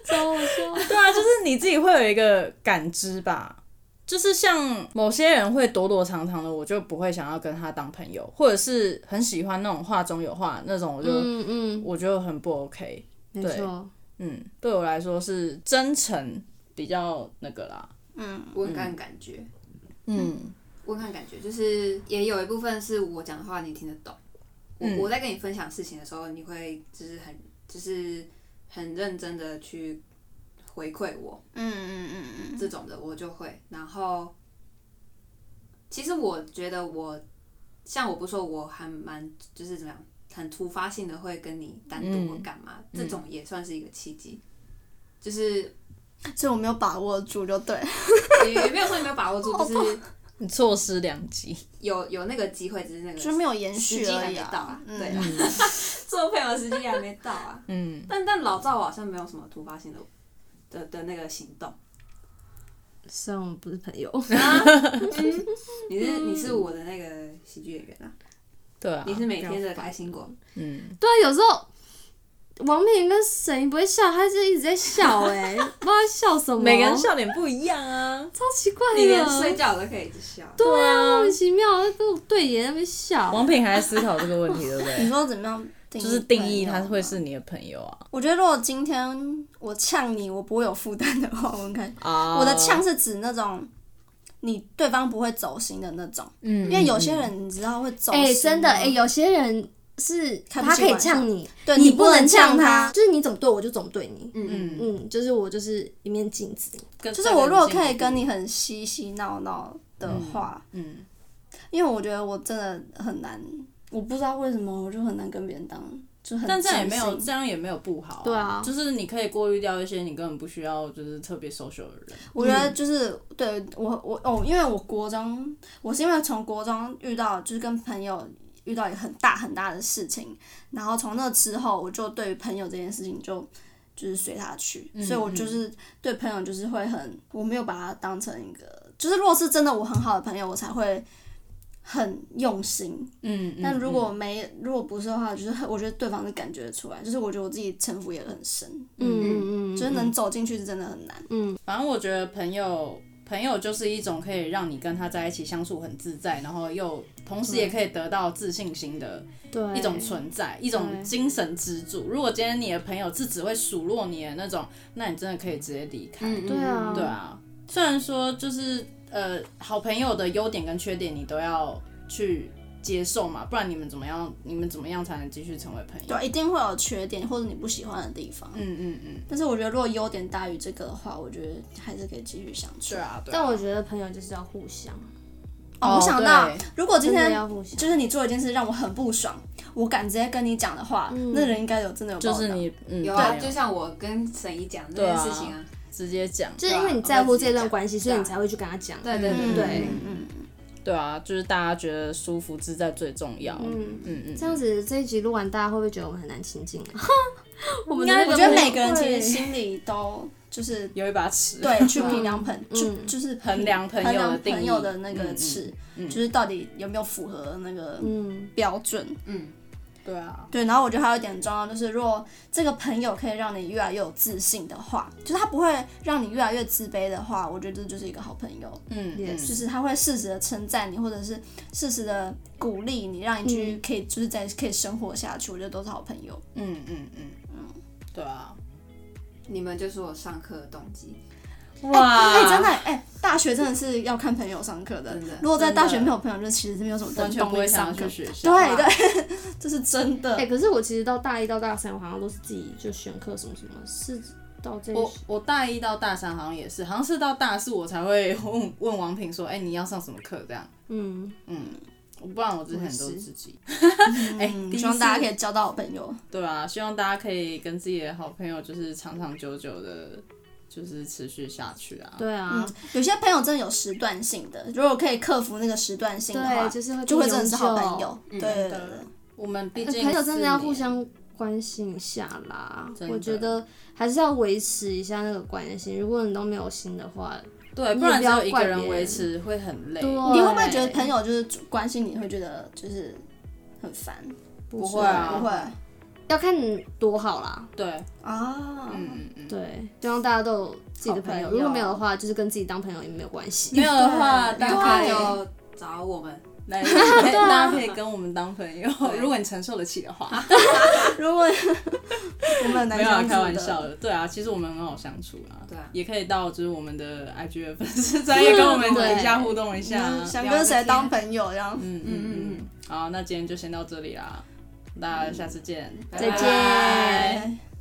S4: 糟糕，
S1: 对啊，就是你自己会有一个感知吧。就是像某些人会躲躲藏藏的，我就不会想要跟他当朋友，或者是很喜欢那种话中有话那种，我就、
S4: 嗯嗯，
S1: 我就很不 OK。
S4: 没
S1: 对
S4: 错，
S1: 嗯，对我来说是真诚比较那个啦。
S3: 我看感觉，
S1: 嗯
S3: 我看感觉，就是也有一部分是我讲的话你听得懂。我、
S1: 嗯
S3: 我在跟你分享事情的时候，你会就是很就是很认真的去回馈我，
S2: 嗯嗯嗯嗯
S3: 这种的我就会。然后，其实我觉得我像我不说，我还蛮就是怎么样，很突发性的会跟你单独或干嘛，这种也算是一个契机。就是
S2: 嗯，所以我没有把握住就对了。
S3: 也也没有说你没有把握住，就是
S1: 你错失良机，
S3: 有有那个机会，只是那个
S2: 就没有延
S3: 时
S2: 续
S3: 机
S2: 而
S3: 还
S2: 已
S3: 没到
S2: 啊
S3: 啊。。
S2: 嗯
S3: 对啊， 做朋友的时机还没到啊。
S1: 嗯，
S3: 但但老赵我好像没有什么突发性的的的那个行动。
S4: 虽然我们不是朋友，
S3: 你是
S2: 嗯
S3: 你是我的那个喜剧演员啊，
S1: 对啊
S3: 你，是每天的开心果。
S1: 嗯，
S4: 对啊，有时候王品跟沈怡不会笑，他就一直在笑、哎，不知道在笑什么，
S5: 每个人笑点不一样啊。
S4: 超奇怪
S3: 你连睡
S4: 的，
S3: 觉都可以一直笑。
S4: 对啊，莫名其妙跟我对眼在那边 笑，
S5: 王品还在思考这个问题，对不
S2: 嗯
S5: 对？
S2: 你说怎么样？
S5: 就是定义他
S2: 他
S5: 会是。你的朋友啊。
S2: 我觉得如果今天我呛你，我不会有负担的话，我应该。
S5: 啊
S1: 哦
S2: 我的呛是指那种你对方不会走心的那种，
S5: 嗯
S2: 因为有些人你知道会走心啊。
S4: 哎、真的，哎、有些人。是
S2: 看
S4: 他
S2: 不起
S4: 可以
S2: 晚上
S4: 呛你，
S2: 对
S4: 你
S2: 不能
S4: 呛
S2: 他，
S4: 就是你怎么对我就怎么对你。
S3: 嗯嗯，
S4: 嗯，就是我就是一面镜子，
S1: 跟
S2: 就是我如果可以跟，你很嬉嬉闹闹的话，
S1: 嗯，
S2: 因为我觉得我真的很难，我不知道为什么我就很难跟别人当，就很
S1: 但这样也
S2: 真
S1: 没有，
S2: 心
S1: 这样也没有不好、
S4: 对啊
S1: 就是你可以过滤掉一些你根本不需要，就是特别 social 的人。
S2: 我觉得就是、对我我哦，因为我国中，我是因为从国中遇到就是跟朋友遇到一个很大很大的事情，然后从那之后，我就对于朋友这件事情就。就是随他去，所以我就是对朋友就是会很，我没有把他当成一个，就是如果是真的我很好的朋友，我才会很用心。
S1: 嗯
S2: 但如果没，如果不是的话，就是很我觉得对方是感觉得出来，就是我觉得我自己城府也很深，
S4: 嗯嗯嗯，嗯
S2: 就是能走进去是真的很难。
S1: 反正我觉得朋友，朋友就是一种可以让你跟他在一起相处很自在，然后又同时也可以得到自信心的
S4: 对
S1: 一种存在，一种精神支柱。如果今天你的朋友是只会数落你的那种，那你真的可以直接离开。
S3: 嗯
S4: 对啊，
S1: 对，啊，虽然说就是呃，好朋友的优点跟缺点你都要去接受嘛，不然你们怎么样？你们怎么样才能继续成为朋友？
S2: 对，一啊定会有缺点或者你不喜欢的地方。
S1: 嗯嗯嗯，
S2: 但是我觉得，如果优点大于这个的话，我觉得还是可以继续相处。
S1: 对啊，对啊。
S4: 但我觉得朋友就是要互相，
S2: 哦，我想到
S1: 对，
S2: 如果今
S4: 真的
S2: 天
S4: 要互相。
S2: 就是你做一件事让我很不爽，我敢直接跟你讲的话，那人应该有真的有
S1: 就
S2: 报
S1: 是
S2: 答
S1: 你，嗯，
S3: 有啊，
S1: 对
S3: 就像我跟沈怡讲这
S1: 对
S3: 件
S1: 啊
S3: 事情啊，
S1: 直接讲，
S4: 就是因为你在乎这段关系，所以你才会去跟他讲。
S3: 对对啊对
S2: 嗯
S4: 对
S2: 嗯嗯，
S1: 对啊，就是大家觉得舒服自在最重要。
S4: 嗯
S1: 嗯嗯，
S4: 这样子这一集录完，大家会不会觉得我们很难亲近 啊？我们
S1: 应该
S2: 我觉得每
S1: 不
S2: 个人其
S1: 会
S2: 实心里都就是
S1: 有一把尺，
S2: 对去衡量朋，就
S4: 嗯
S2: 就是
S1: 嗯衡量朋友
S2: 衡
S1: 的
S2: 量
S1: 定
S2: 朋友
S1: 义
S2: 的那个
S1: 嗯嗯
S2: 尺，
S1: 嗯
S2: 就是到底有没有符合那个
S4: 嗯，
S2: 标准。
S3: 嗯，
S1: 对啊，
S2: 对，然后我觉得还有一点很重要，就是如果这个朋友可以让你越来越有自信的话，就是他不会让你越来越自卑的话，我觉得这就是一个好朋友，
S1: 嗯，
S4: 也
S1: 嗯
S4: 是
S2: 就是他会适时的称赞你，或者是适时的鼓励你，让你去可以就是在可以生活下去，我觉得都是好朋友。
S1: 嗯嗯嗯嗯，对啊，
S3: 你们就是我上课的动机，
S1: 哇，
S2: 哎、真的哎、大学真的是要看朋友上课的
S3: 真的，
S2: 如果在大学
S1: 真的
S2: 没有朋友，就其实是没有什么
S1: 完全不
S2: 动
S1: 会
S2: 力
S1: 想要
S2: 上课
S1: 去。学校。
S2: 对对， 这是真的。
S4: 哎，可是我其实到大一到大三，我好像都是自己就选课什么什么，嗯是到这一
S1: 我我大一到大三好像也是，好像是到大四我才会 问问王品说，哎、你要上什么课这样？
S4: 嗯，
S1: 不然我之前都
S4: 我也是
S1: 自己。
S2: 哎、
S1: 第一
S2: 希望大家
S1: 次
S2: 可以交到好朋友。
S1: 对啊，希望大家可以跟自己的好朋友就是长长久久的，就是持续下去啊。
S4: 对啊
S2: 嗯，，有些朋友真的有时段性的，如果可以克服那个时段性的话，
S4: 对，就是会
S2: 就会
S4: 更
S2: 真的是好朋
S4: 永久
S2: 友。。对对对
S1: 真
S2: 对
S1: 的，我们毕
S4: 哎
S1: 竟
S4: 朋友真的要
S1: 四年
S4: 互相关心一下啦
S1: 真，的
S4: 我觉得还是要维持一下那个关系。如果你都没有心的话，
S1: 对，
S4: 你
S1: 不
S4: 也
S1: 然
S4: 不
S1: 只
S4: 要
S1: 有一
S4: 怪
S1: 个人
S4: 别
S1: 维
S4: 人
S1: 持会很累。
S4: 对
S2: 你会不会觉得朋友就是主关心你会觉得就是很烦？
S1: 不
S4: 是
S1: 会啊
S2: 不会
S4: 要看你多好啦。
S1: 对，
S2: 啊，
S1: 嗯嗯嗯。
S4: 对，希望大家都有自己的朋
S2: 好朋友哦
S4: 友。如果没有的话，就是跟自己当朋友也没有关系。
S1: 没有的话，
S2: 对
S1: 大家
S3: 有空
S1: 可以
S4: 哦
S3: 就找我们，
S1: 来，大
S4: 啊
S1: 家大家可以跟我们当朋友，如果你承受得起的
S4: 啊
S1: 话。
S2: 如果 我们很难
S1: 没有啊
S2: 相处
S1: 开
S2: 的
S1: 玩笑的，对啊，其实我们很好相处啊，
S3: 对啊
S1: 也可以到就是我们的 IG 的粉丝专业跟我们
S4: 对
S1: 一下互动一下啊
S2: 嗯，想跟谁当朋友这样。
S1: 嗯嗯嗯嗯，好，那今天就先到这里啦，那下次见，
S3: 拜
S4: 再
S3: 拜
S4: 见
S1: 拜
S2: 对